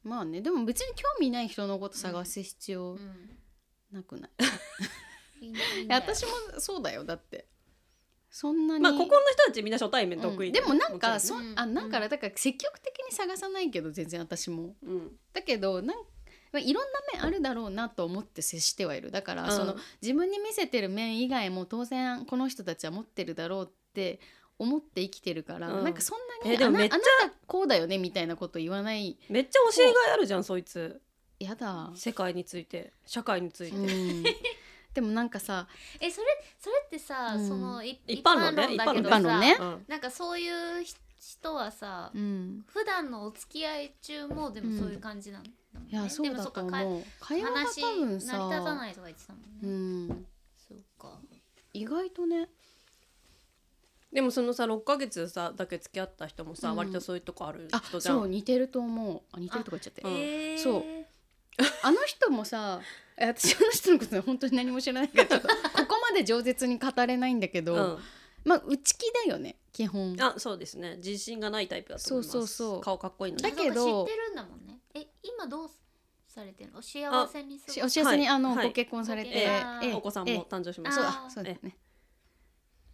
S2: まあねでも別に興味ない人のこと探す必要
S3: うん
S2: なくない、
S3: いいねいい
S2: いや
S3: ね
S2: 私もそうだよだってそんなに
S1: まあここの人たちみんな初対面
S2: うん
S1: 得意、
S2: でもなんか
S1: もち
S2: そ
S1: ろ
S3: うん
S2: あなんかだから積極的に探さないけど全然私も
S1: んね
S2: だけどなんまあいろんな面あるだろうなと思って接してはいるだから、
S1: うん
S2: その自分に見せてる面以外も当然この人たちは持ってるだろうって思って生きてるから、
S1: うん
S2: なんかそんなに
S1: えで
S2: あ
S1: も
S2: な
S1: め
S2: あ
S1: っちゃ
S2: なたこうだよねみたいなこと言わない
S1: うん、めっちゃ教えがいあるじゃんそいつ
S2: やだ、
S1: 世界について社会について、
S2: うん、でもなんかさ
S3: えそれそれってさ、
S2: うん
S3: そのい
S1: 一般論ね
S3: 一だけ
S2: 一
S3: ど
S2: 般
S3: さ
S2: 論ね、
S1: うん
S3: なんかそういうひ人はさ、
S2: うん、
S3: 普段のお付き合い中もでもそういう感じなんだもんね
S2: いやそうだと
S3: でもそっか
S2: 思う会
S3: 会
S2: 話が
S3: 話
S2: 多分
S3: 成り立た
S2: さ、
S3: ないとか言ってたもんね、
S2: うん、
S3: そうか
S2: 意外とね
S1: でもそのさ6ヶ月さだけ付き合った人もさ、
S2: うん
S1: 割とそういうとこある
S2: あ
S1: 人じゃん
S2: そう似てると思うあ似てるとか言っちゃ って
S1: うん
S3: えー
S2: そうあの人もさえ私あの人のこと本当に何も知らないから ちょっとここまで饒舌に語れないんだけど、
S1: うん
S2: まあ内気だよね基本
S1: あそうですね自信がないタイプだと思います
S2: そうそうそう
S1: 顔かっこいいの
S3: あ
S1: に
S2: だけど
S3: そうか知ってるんだもんねえ今どうされてるのお幸せに
S2: し
S3: 過
S2: お
S3: ご
S2: 幸せに、
S1: はい
S2: あの
S1: はい
S2: ご結婚されて、
S1: ええ
S3: ええ
S1: お子さん
S2: え
S1: も
S2: え
S1: 誕生しまし
S2: そう
S1: た
S3: あ
S2: あそうだよね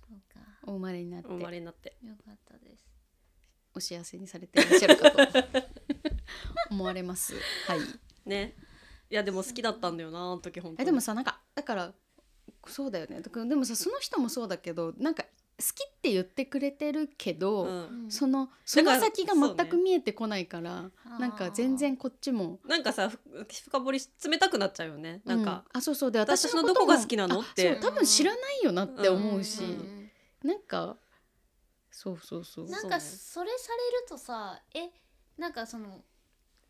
S3: そうか
S2: お生まれになって
S1: お生まれになって
S3: よかったです
S2: お幸せにされていらっしゃるかと 思われますはい
S1: ねいやでも好きだったんだよなあの時本当
S2: え
S1: に
S2: でもさなんかだからそうだよねだからでもさその人もそうだけどなんか好きって言ってくれてるけど、
S1: うん、
S3: うん
S2: そのその先が
S1: そうね
S2: 全く見えてこないから、
S3: あー
S2: なんか全然こっちも
S1: なんかさふ深掘りし冷たくなっちゃうよねなんか、
S2: うんあそうそうで
S1: 私
S2: 私のこと
S1: どこ
S2: も
S1: が好きなの
S2: あ
S1: って
S2: そう多分知らないよなって思うし、
S1: うん
S2: なんかそうそうそう
S3: なん
S1: そうね
S3: かそれされるとさえなんかその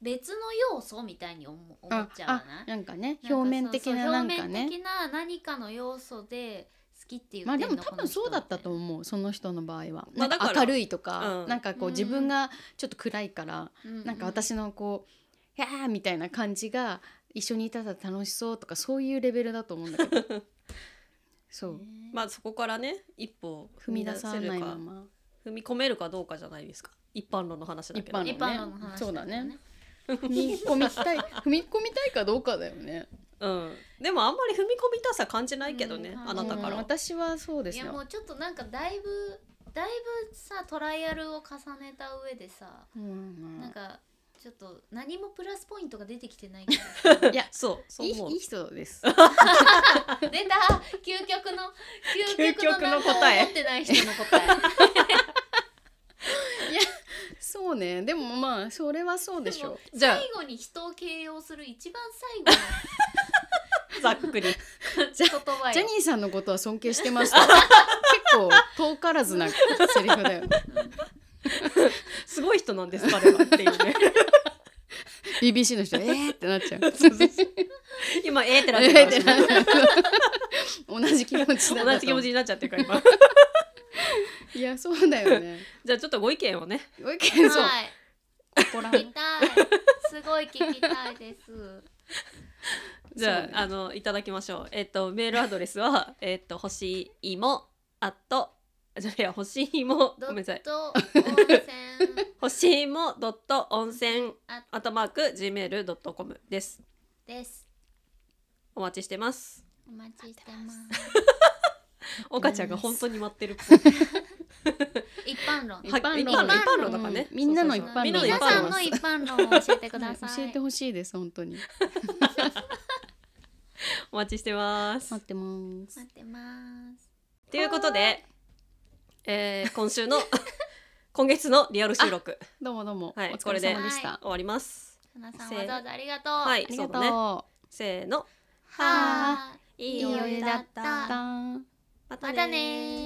S3: 別の要素みたいに思思っちゃうよ
S2: あ
S3: ね
S2: なんかね表面的ななんか
S3: 表面
S2: ね
S3: 的な何かの要素で好きって言ってんの
S2: まあでも多分そうだったと
S3: こ
S2: 思うその人の場合は、
S1: まあ
S2: なん
S1: だ
S2: か
S1: から
S2: 明るいとか、
S1: うん
S2: なんかこう
S3: うん
S2: 自分がちょっと暗いから、
S3: の人って
S2: なんか私のこう「やー」みたいな感じが一緒にいたら楽しそうとかそういうレベルだと思うんだけ どそう
S1: まあそこからね一歩
S2: 踏み出さ
S1: る
S2: ない
S1: か
S2: まま
S1: 踏み込めるかどうかじゃないですか一般論の話だけど
S2: 一
S3: うん一般論の話った
S2: そうだ
S3: よ
S2: ね踏み込みたい 踏み込みたいかどうかだよね
S1: うん、でもあんまり踏み込みたさ感じないけどね、
S3: うん
S1: あなたか
S2: う
S1: ら
S2: ん
S1: は、
S2: 私はそうです
S3: いや
S2: よ
S3: もうちょっとなんかだいぶだいぶさトライアルを重ねた上でさ、
S2: うん
S3: なんかちょっと何もプラスポイントが出てきてな いけ
S2: いや
S1: そうそう
S2: いい
S1: 思う
S2: いい人です
S3: ど出た究極の
S1: 究
S3: 究
S1: 極
S3: 極
S1: の
S3: の
S1: 答え
S3: 何も持ってない人の答え
S2: そうねでもまあそれはそうでしょ
S1: じゃ
S3: 最後に人を形容する一番最後
S1: あざっくり
S3: の言葉
S2: ジャ
S3: よ
S2: ニーさんのことは尊敬して ますと結構遠からずなセリフだよね
S1: すごい人なんです彼はっていう ね
S2: BBC の人えーってなっちゃう
S1: 今えーってなっ
S2: え
S1: て
S2: ー
S1: ま
S2: っ
S1: す
S2: てなる同じ気持ちだ
S1: 同じ気持ちになっちゃってるから今
S2: いやそうだよね
S1: じゃあちょっとご意見をね
S2: ご意見そう
S3: はい
S2: こらん
S3: 聞きたいすごい聞きたいです
S1: じゃあ,、
S2: そうね
S1: あのいただきましょうえっ、とメールアドレスはえっと星いも at あじゃあいや干し芋
S3: ド
S1: ごめんなさ
S3: ッ
S1: い
S3: ト温泉
S1: 干し芋ドット温泉
S3: あ
S1: アットマーク gmail.com です
S3: です。
S1: お待ちしてます
S3: お待ちしてます。
S1: 岡ちゃんが本当に待ってる っぽい
S3: 一般論。
S2: 一
S1: は
S2: 般論
S1: 一般論
S3: 一般
S1: 一般論とかね
S2: みんなの
S1: そうそうそう
S2: 一般論
S1: みんなの一
S3: 皆
S1: 般
S3: さ
S1: 論
S3: んの一般論を教えてください。
S2: 教えてほしいです本当に
S1: お待ちしてます
S2: 待ってます
S3: 待ってます。
S1: ということで、えー今週の 今月のリアル収録
S2: どうもどうも、
S1: はい
S2: お疲れ様でし
S3: これでは
S2: た
S1: 終わります
S3: 花さん
S1: せー
S3: わざわざありがとう。
S1: はい
S2: ありが
S1: そうだね
S2: と
S1: せーの
S3: はーい。
S1: い
S3: いお湯だった
S2: う、
S3: またねー